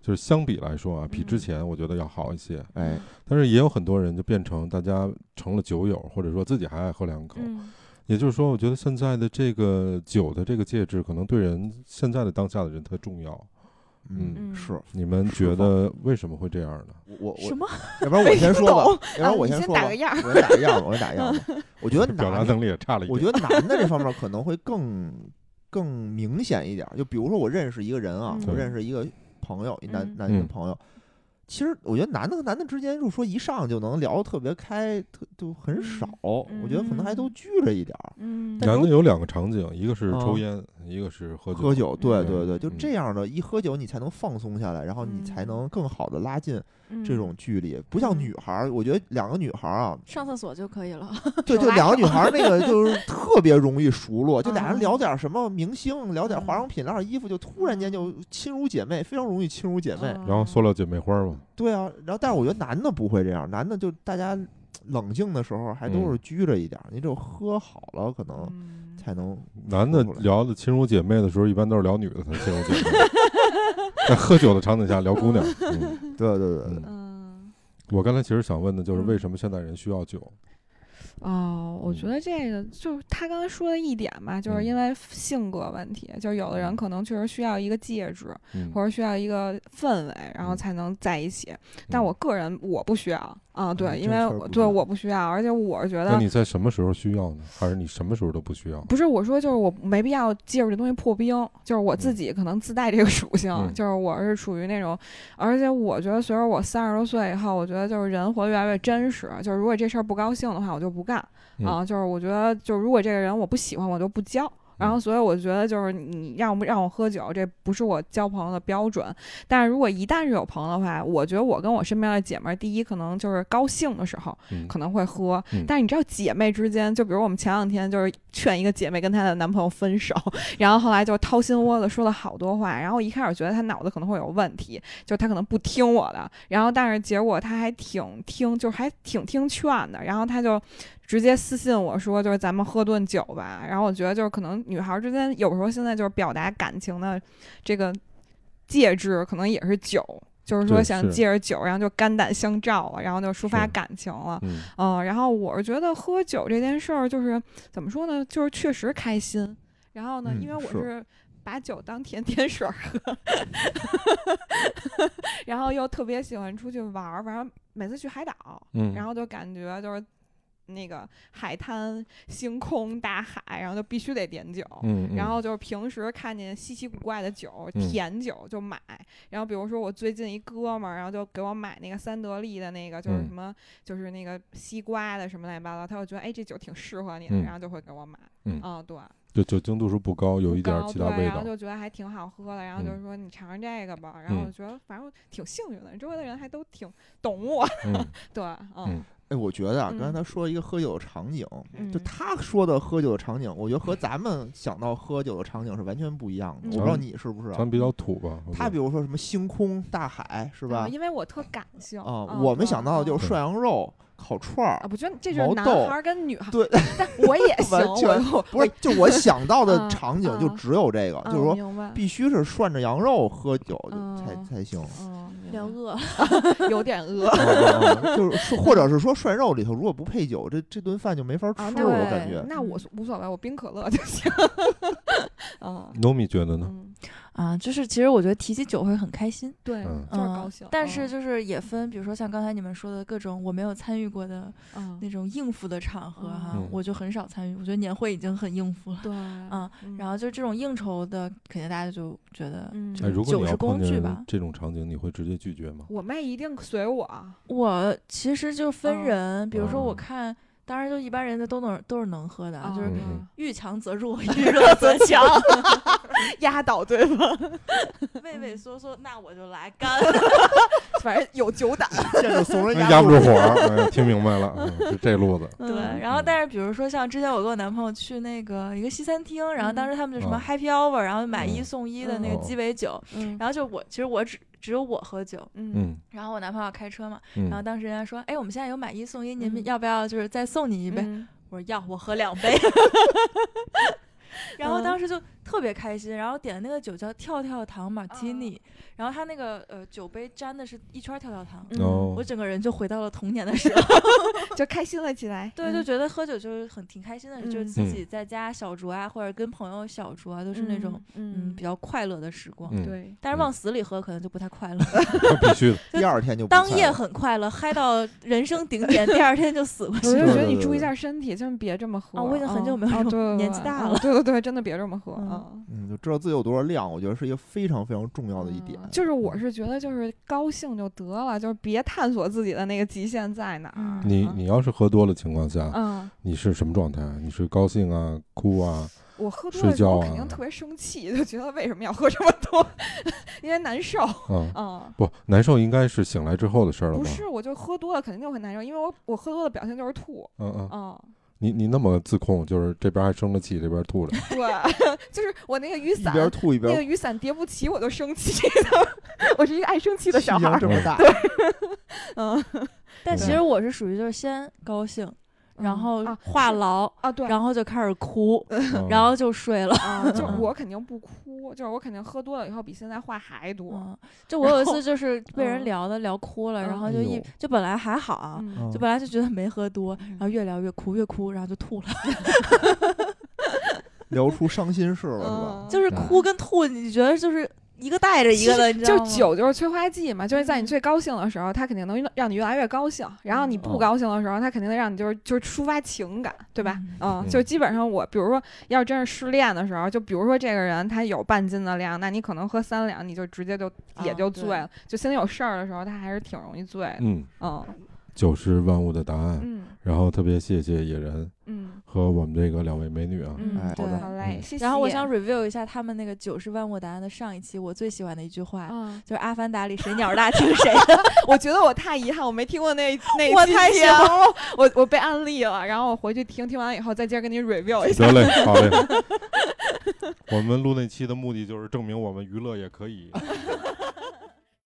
Speaker 1: 就是相比来说啊，比之
Speaker 4: 嗯
Speaker 1: 前我觉得要好一些，
Speaker 2: 哎，
Speaker 1: 但是也有很多人就变成大家成了酒友，或者说自己还爱喝两口。
Speaker 4: 嗯
Speaker 1: 也就是说，我觉得现在的这个酒的这个介质，可能对人现在的当下的人特重要。
Speaker 4: 嗯
Speaker 2: 是
Speaker 1: 你们
Speaker 2: 是
Speaker 1: 觉
Speaker 2: 否
Speaker 1: 得为什么会这样呢？
Speaker 2: 我我
Speaker 3: 什
Speaker 2: 我，
Speaker 3: 么？
Speaker 2: 要不然我先说吧，要不
Speaker 4: 啊
Speaker 2: 然我
Speaker 4: 你先
Speaker 2: 说
Speaker 4: 打
Speaker 2: 吧，
Speaker 4: 个样儿
Speaker 2: 我先打个样吧，我先打个样吧。我觉得
Speaker 1: 表达
Speaker 2: 男
Speaker 1: 能力也差了一点。
Speaker 2: 我觉得男的这方面可能会更更明显一点儿。就比如说，我认识一个人啊，
Speaker 4: 嗯
Speaker 2: 我认识一个朋友，一男、
Speaker 4: 嗯
Speaker 2: 男性
Speaker 1: 嗯
Speaker 2: 朋友。其实我觉得男的和男的之间，就说一上就能聊得特别开，特就很少。我觉得可能还都拘着一点儿。
Speaker 4: 嗯
Speaker 1: 男的有两个场景，一个是
Speaker 2: 啊
Speaker 1: 抽烟，一个是喝酒。
Speaker 2: 喝酒，对对
Speaker 1: 嗯
Speaker 2: 对，就
Speaker 1: 嗯
Speaker 2: 这样的，一喝酒你才能放松下来，然后你才
Speaker 4: 嗯
Speaker 2: 能更好的拉近
Speaker 4: 嗯
Speaker 2: 这种距离。不像
Speaker 4: 嗯
Speaker 2: 女孩儿，我觉得两个女孩儿啊，
Speaker 3: 上厕所就可以了。
Speaker 2: 对，
Speaker 4: 手
Speaker 2: 就两
Speaker 4: 拉
Speaker 2: 个
Speaker 4: 手
Speaker 2: 女 孩儿那个就是特别容易熟络，就俩人
Speaker 4: 嗯
Speaker 2: 聊点儿什么明星，聊点儿化
Speaker 4: 嗯
Speaker 2: 妆品，聊点儿衣服，就突然间就亲如姐妹，非常容易亲如姐妹。
Speaker 4: 嗯
Speaker 1: 然后塑料姐妹花嘛，
Speaker 2: 对啊，然后但是我觉得男的不会这样，男的就大家冷静的时候还都
Speaker 1: 嗯
Speaker 2: 是拘着一点儿，你只有喝好了可能
Speaker 4: 嗯
Speaker 2: 才能
Speaker 1: 男的
Speaker 2: 说出来
Speaker 1: 聊的亲如姐妹的时候，一般都是聊女的才亲如姐妹。在喝酒的场景下聊姑 娘，嗯
Speaker 2: 对对对对
Speaker 1: 嗯，
Speaker 4: 嗯
Speaker 1: 我刚才其实想问的就是
Speaker 4: 嗯
Speaker 1: 为什么现代人需要酒？
Speaker 4: 哦，我觉
Speaker 1: 嗯
Speaker 4: 得这个就是他刚才说的一点嘛，就是
Speaker 1: 嗯
Speaker 4: 因为性格问题，就是有的人可能确实需要一个戒指，
Speaker 1: 嗯，
Speaker 4: 或者需要一个氛围，然后
Speaker 1: 嗯
Speaker 4: 才能在一起。但我个人我不需要啊，
Speaker 2: 嗯
Speaker 4: 对，因
Speaker 2: 这
Speaker 4: 为
Speaker 2: 事儿
Speaker 4: 我
Speaker 2: 不
Speaker 4: 对
Speaker 2: 需要
Speaker 4: 我不需要，而且我是觉
Speaker 1: 那
Speaker 4: 得
Speaker 1: 你在什么时候需要呢？还是你什么时候都不需要？
Speaker 4: 不是我说，就是我没必要借助这东西破冰，就是我自
Speaker 1: 嗯
Speaker 4: 己可能自带这个属性，
Speaker 1: 嗯
Speaker 4: 就是我是属于那种，而且我觉得随着我三十多岁以后，我觉得就是人活得越来越真实，就是如果这事儿不高兴的话，我就不干、
Speaker 1: 嗯
Speaker 4: 啊，就是我觉得就是如果这个人我不喜欢，我就不交。然
Speaker 1: 嗯
Speaker 4: 后，所以我觉得就是你让不让我喝酒，这不是我交朋友的标准。但是如果一旦是有朋友的话，我觉得我跟我身边的姐妹儿，第一可能就是高兴的时候，
Speaker 1: 嗯
Speaker 4: 可能会喝，
Speaker 1: 嗯
Speaker 4: 但是你知道姐妹之间，就比如我们前两天就是劝一个姐妹跟她的男朋友分手， 然后后来就掏心窝子说了好多话，然后一开始觉得她脑子可能会有问题，就她可能不听我的，然后但是结果她还挺听，就是还挺听劝的，然后她就。直接私信我说，就是咱们喝顿酒吧。然后我觉得就是可能女孩之间有时候现在就是表达感情的这个介质，可能也是酒，就是说
Speaker 1: 对
Speaker 4: 想
Speaker 1: 是
Speaker 4: 借着酒，然后就肝胆相照了，然后就抒发
Speaker 1: 是
Speaker 4: 感情了。
Speaker 1: 嗯，
Speaker 4: 嗯，然后我是觉得喝酒这件事儿，就是怎么说呢，就是确实开心。然后呢，
Speaker 2: 嗯
Speaker 4: 因为我
Speaker 2: 是
Speaker 4: 是把酒当甜甜水儿喝， 然后又特别喜欢出去玩儿，反正每次去海岛，
Speaker 1: 嗯
Speaker 4: 然后就感觉就是那个海滩、星空、大海，然后就必须得点酒。
Speaker 1: 嗯，嗯
Speaker 4: 然后就是平时看见稀奇古怪的酒，
Speaker 1: 嗯
Speaker 4: 甜酒就买。然后比如说我最近一哥们儿，然后就给我买那个三得利的那个，就是
Speaker 1: 嗯
Speaker 4: 什么，就是那个西瓜的什么乱七八糟，他就觉得哎这酒挺适合你的，
Speaker 1: 嗯
Speaker 4: 然后就会给我买。
Speaker 1: 嗯
Speaker 4: 对，
Speaker 1: 就酒精度数不高，有一点儿
Speaker 4: 高
Speaker 1: 其他
Speaker 4: 对
Speaker 1: 味
Speaker 4: 然
Speaker 1: 道嗯
Speaker 4: 后。就觉得还挺好喝的，然后就是说你尝尝这个吧。然后我觉得反正我挺幸运的，周围的人还都挺懂我。
Speaker 1: 嗯，
Speaker 4: 对，
Speaker 1: 嗯
Speaker 4: 嗯
Speaker 2: 哎，我觉得啊，刚才
Speaker 4: 嗯
Speaker 2: 他说一个喝酒的场景，
Speaker 4: 嗯，
Speaker 2: 就他说的喝酒的场景，我觉得和咱们想到喝酒的场景是完全不一样的。我不知道
Speaker 1: 嗯
Speaker 2: 你是不是啊
Speaker 1: 咱？们比较土吧？我觉
Speaker 2: 他
Speaker 1: 得
Speaker 2: 比如说什么星空、大海，是
Speaker 4: 是
Speaker 2: 吧？
Speaker 4: 因为我特感性
Speaker 2: 啊，
Speaker 4: 嗯
Speaker 2: 我们
Speaker 4: 对
Speaker 2: 想到的就是
Speaker 4: 嗯
Speaker 2: 涮羊肉、烤串儿
Speaker 4: 啊，，我觉得这就是
Speaker 2: 毛
Speaker 4: 男
Speaker 2: 豆
Speaker 4: 孩儿跟女孩儿。
Speaker 2: 对，
Speaker 4: 但我也 行，
Speaker 2: 完全
Speaker 4: 我
Speaker 2: 不是，就我想到的
Speaker 4: 啊
Speaker 2: 场景就
Speaker 4: 啊
Speaker 2: 只有这个，
Speaker 4: 嗯
Speaker 2: 就是说
Speaker 4: 明白，
Speaker 2: 必须是涮着羊肉喝酒就才
Speaker 4: 嗯
Speaker 2: 才行。。
Speaker 4: 嗯，
Speaker 3: 有
Speaker 4: 明
Speaker 3: 点饿 了。
Speaker 4: 白 有点饿
Speaker 2: 嗯 就是说或者是说涮肉里头如果不配酒，这这顿饭就没法吃，
Speaker 4: 啊，那
Speaker 2: 我
Speaker 4: 我
Speaker 2: 感觉。
Speaker 4: 那
Speaker 3: 嗯
Speaker 4: 我无所谓，我冰可乐就 行。啊，
Speaker 1: 农米觉得呢？
Speaker 4: 嗯，
Speaker 3: 啊，就是其实我觉得提起酒会很开心，
Speaker 4: 对，
Speaker 1: 嗯
Speaker 4: 就是高兴。
Speaker 3: 但是就是也分，比如说像刚才你们说的各种我没有参与过的
Speaker 4: 嗯，
Speaker 3: 那种应付的场合哈、
Speaker 1: 嗯
Speaker 3: 我就很少参与。我觉得年会已经很应付了，
Speaker 4: 对，
Speaker 3: 嗯，然后就是这种应酬的，肯定大家就觉得
Speaker 4: 嗯
Speaker 3: 就
Speaker 1: 哎，
Speaker 3: 是
Speaker 1: 如果
Speaker 3: 酒
Speaker 1: 你
Speaker 3: 是
Speaker 1: 要碰
Speaker 3: 工具吧
Speaker 1: 见。这种场景，你会直接拒绝吗？
Speaker 4: 我妹一定随我，啊
Speaker 3: 我其实就分
Speaker 4: 嗯
Speaker 3: 人，比如说我
Speaker 1: 嗯
Speaker 3: 看，当然就一般人的都能都是能喝的啊，就是
Speaker 1: 嗯
Speaker 4: 嗯
Speaker 3: 遇强 则弱，遇弱则强，
Speaker 4: 压倒对方，
Speaker 3: 畏畏缩缩，那我就来 干。
Speaker 4: 反正有酒 胆。
Speaker 2: 见着怂人
Speaker 1: 压不住火儿，哎听明白了，嗯是这路子。
Speaker 3: 对，
Speaker 1: 嗯
Speaker 3: 然后但是比如说像之前我跟我男朋友去那个一个西餐厅，然后当时他们就什么
Speaker 1: 嗯
Speaker 3: Happy Hour，然后买一
Speaker 1: 嗯
Speaker 3: 送一的那个
Speaker 1: 嗯
Speaker 3: 鸡尾酒，
Speaker 4: 嗯
Speaker 3: 然后就我其实我只只有我喝酒，
Speaker 4: 嗯
Speaker 1: 嗯
Speaker 3: 然后我男朋友开车嘛，然后
Speaker 1: 嗯，
Speaker 3: 当时人家说，哎，我们现在有买一送一，你们
Speaker 4: 嗯
Speaker 3: 要不要就是再送你一杯？
Speaker 4: 嗯
Speaker 3: 我说要，我喝两 杯。然后
Speaker 4: 嗯
Speaker 3: 当时就特别开心，然后点的那个酒叫跳跳糖马提尼，然后它那个呃酒杯沾的是一圈跳跳糖，
Speaker 4: 嗯
Speaker 1: 哦
Speaker 3: 我，整个人就回到了童年的 时候，
Speaker 4: 就开心了起来。
Speaker 3: 对，就
Speaker 4: 嗯
Speaker 3: 觉得喝酒就是很挺开心的，就是自
Speaker 1: 嗯
Speaker 3: 己在家小酌啊，或者跟朋友小酌啊，都是那种嗯
Speaker 4: 嗯
Speaker 3: 比较快乐的时光。
Speaker 1: 嗯，
Speaker 4: 对，
Speaker 3: 但是往死里喝可能就不太快 乐，
Speaker 1: 那必须的。
Speaker 2: 第二天就不
Speaker 3: 当
Speaker 2: 菜
Speaker 3: 夜
Speaker 2: 了
Speaker 3: 很快乐，嗨到人生 顶点，第二天就死
Speaker 1: 嗯
Speaker 3: 过
Speaker 4: 我
Speaker 3: 去
Speaker 4: 就
Speaker 3: 了。
Speaker 4: 觉得你注意一下身体，真别这么喝。
Speaker 3: 啊我已经很久没有
Speaker 4: 啊
Speaker 3: 这种
Speaker 4: 对对对
Speaker 3: 年纪大
Speaker 4: 啊
Speaker 3: 了
Speaker 4: 对对对，真的别这么喝
Speaker 3: 嗯
Speaker 4: 啊。
Speaker 2: 嗯，就知道自己有多少量，我觉得是一个非常非常重要的一点。
Speaker 4: 嗯就是我是觉得就是高兴就得了，就是别探索自己的那个极限在
Speaker 3: 嗯
Speaker 4: 哪儿。
Speaker 1: 你
Speaker 4: 啊
Speaker 1: 你要是喝多了情况下，
Speaker 4: 嗯，
Speaker 1: 你是什么状态？你是高兴啊、哭啊？
Speaker 4: 我喝多
Speaker 1: 睡
Speaker 4: 了之后
Speaker 1: 觉
Speaker 4: 肯定
Speaker 1: 啊
Speaker 4: 特别生气，就觉得为什么要喝这么多， 因为难受。
Speaker 1: 嗯，
Speaker 4: 嗯，
Speaker 1: 不，难受应该是醒来之后的事儿了
Speaker 4: 不
Speaker 1: 吧？
Speaker 4: 是，我就喝多了肯定就很难受，因为我我喝多的表现就是吐。
Speaker 1: 嗯嗯，
Speaker 4: 嗯，
Speaker 1: 你你那么自控，就是这边还生着气，这边吐着。
Speaker 4: 对， 就是我那个雨
Speaker 2: 一
Speaker 4: 伞，
Speaker 2: 边吐一
Speaker 4: 那个
Speaker 2: 边
Speaker 4: 雨伞叠不齐，我就生气。我是一个爱生气的
Speaker 2: 气
Speaker 4: 小
Speaker 2: 性
Speaker 4: 孩儿。
Speaker 2: 这么 大，
Speaker 4: 嗯，
Speaker 3: 但
Speaker 1: 嗯
Speaker 3: 其实我是属于就是先高兴， 然后
Speaker 4: 啊
Speaker 3: 话痨，
Speaker 4: 啊，对，
Speaker 3: 然后就开始哭，
Speaker 1: 嗯
Speaker 3: 然后就睡了。
Speaker 4: 啊，就是
Speaker 1: 嗯
Speaker 4: 我肯定不哭，就是我肯定喝多了以后比现在话还多。
Speaker 3: 嗯， 就我有一
Speaker 4: 然后
Speaker 3: 次就是被人
Speaker 4: 嗯
Speaker 3: 聊的聊哭了，然
Speaker 4: 嗯
Speaker 3: 后
Speaker 2: 哎
Speaker 3: 就一
Speaker 2: 呦
Speaker 3: 就本来还好啊，
Speaker 4: 嗯，
Speaker 3: 就
Speaker 2: 嗯
Speaker 3: 本来就觉得没喝多，然后越聊越哭，越哭然后就吐了，
Speaker 4: 嗯
Speaker 2: 聊出伤心事了，是吧？
Speaker 4: 嗯
Speaker 3: 就是哭跟吐，你觉得就是一个带着一
Speaker 4: 其
Speaker 3: 个
Speaker 4: 实
Speaker 3: 的，你知道
Speaker 4: 就
Speaker 3: 吗？
Speaker 4: 酒就是催化剂嘛，就是在你最高兴的时候，它肯定能让你越来越高兴；然后你
Speaker 2: 嗯
Speaker 4: 不高兴的时候，它肯定能让你就是就是抒发情感，对吧？嗯，
Speaker 1: 嗯
Speaker 4: 就基本上我，比如说要真是失恋的时候，就比如说这个人他有半斤的量，那你可能喝三两，你就直接就也
Speaker 3: 啊
Speaker 4: 就
Speaker 3: 对
Speaker 4: 醉了。就心里有事儿的时候，他还是挺容易醉的。
Speaker 1: 嗯，
Speaker 4: 嗯
Speaker 1: 酒是万物的答案。
Speaker 4: 嗯
Speaker 1: 然后特别谢谢野人
Speaker 4: 嗯
Speaker 1: 和我们这个两位美女啊，
Speaker 4: 嗯
Speaker 2: 哎，
Speaker 3: 好的
Speaker 4: 好嘞，
Speaker 1: 嗯
Speaker 4: 谢谢。
Speaker 3: 然后我想 review 一下他们那个“酒是万物答案”的上一期，我最喜欢的一句话。
Speaker 4: 嗯，
Speaker 3: 就是《阿凡达》里谁鸟儿大听谁的，
Speaker 4: 我觉得我太遗憾，我没听过那那
Speaker 3: 我
Speaker 4: 期
Speaker 3: 太喜
Speaker 4: 节
Speaker 3: 欢
Speaker 4: 目我我被安利了，然后我回去听，听完以后再接着跟您 review 一下。
Speaker 1: 得嘞，好嘞。我们录那期的目的就是证明我们娱乐也可以，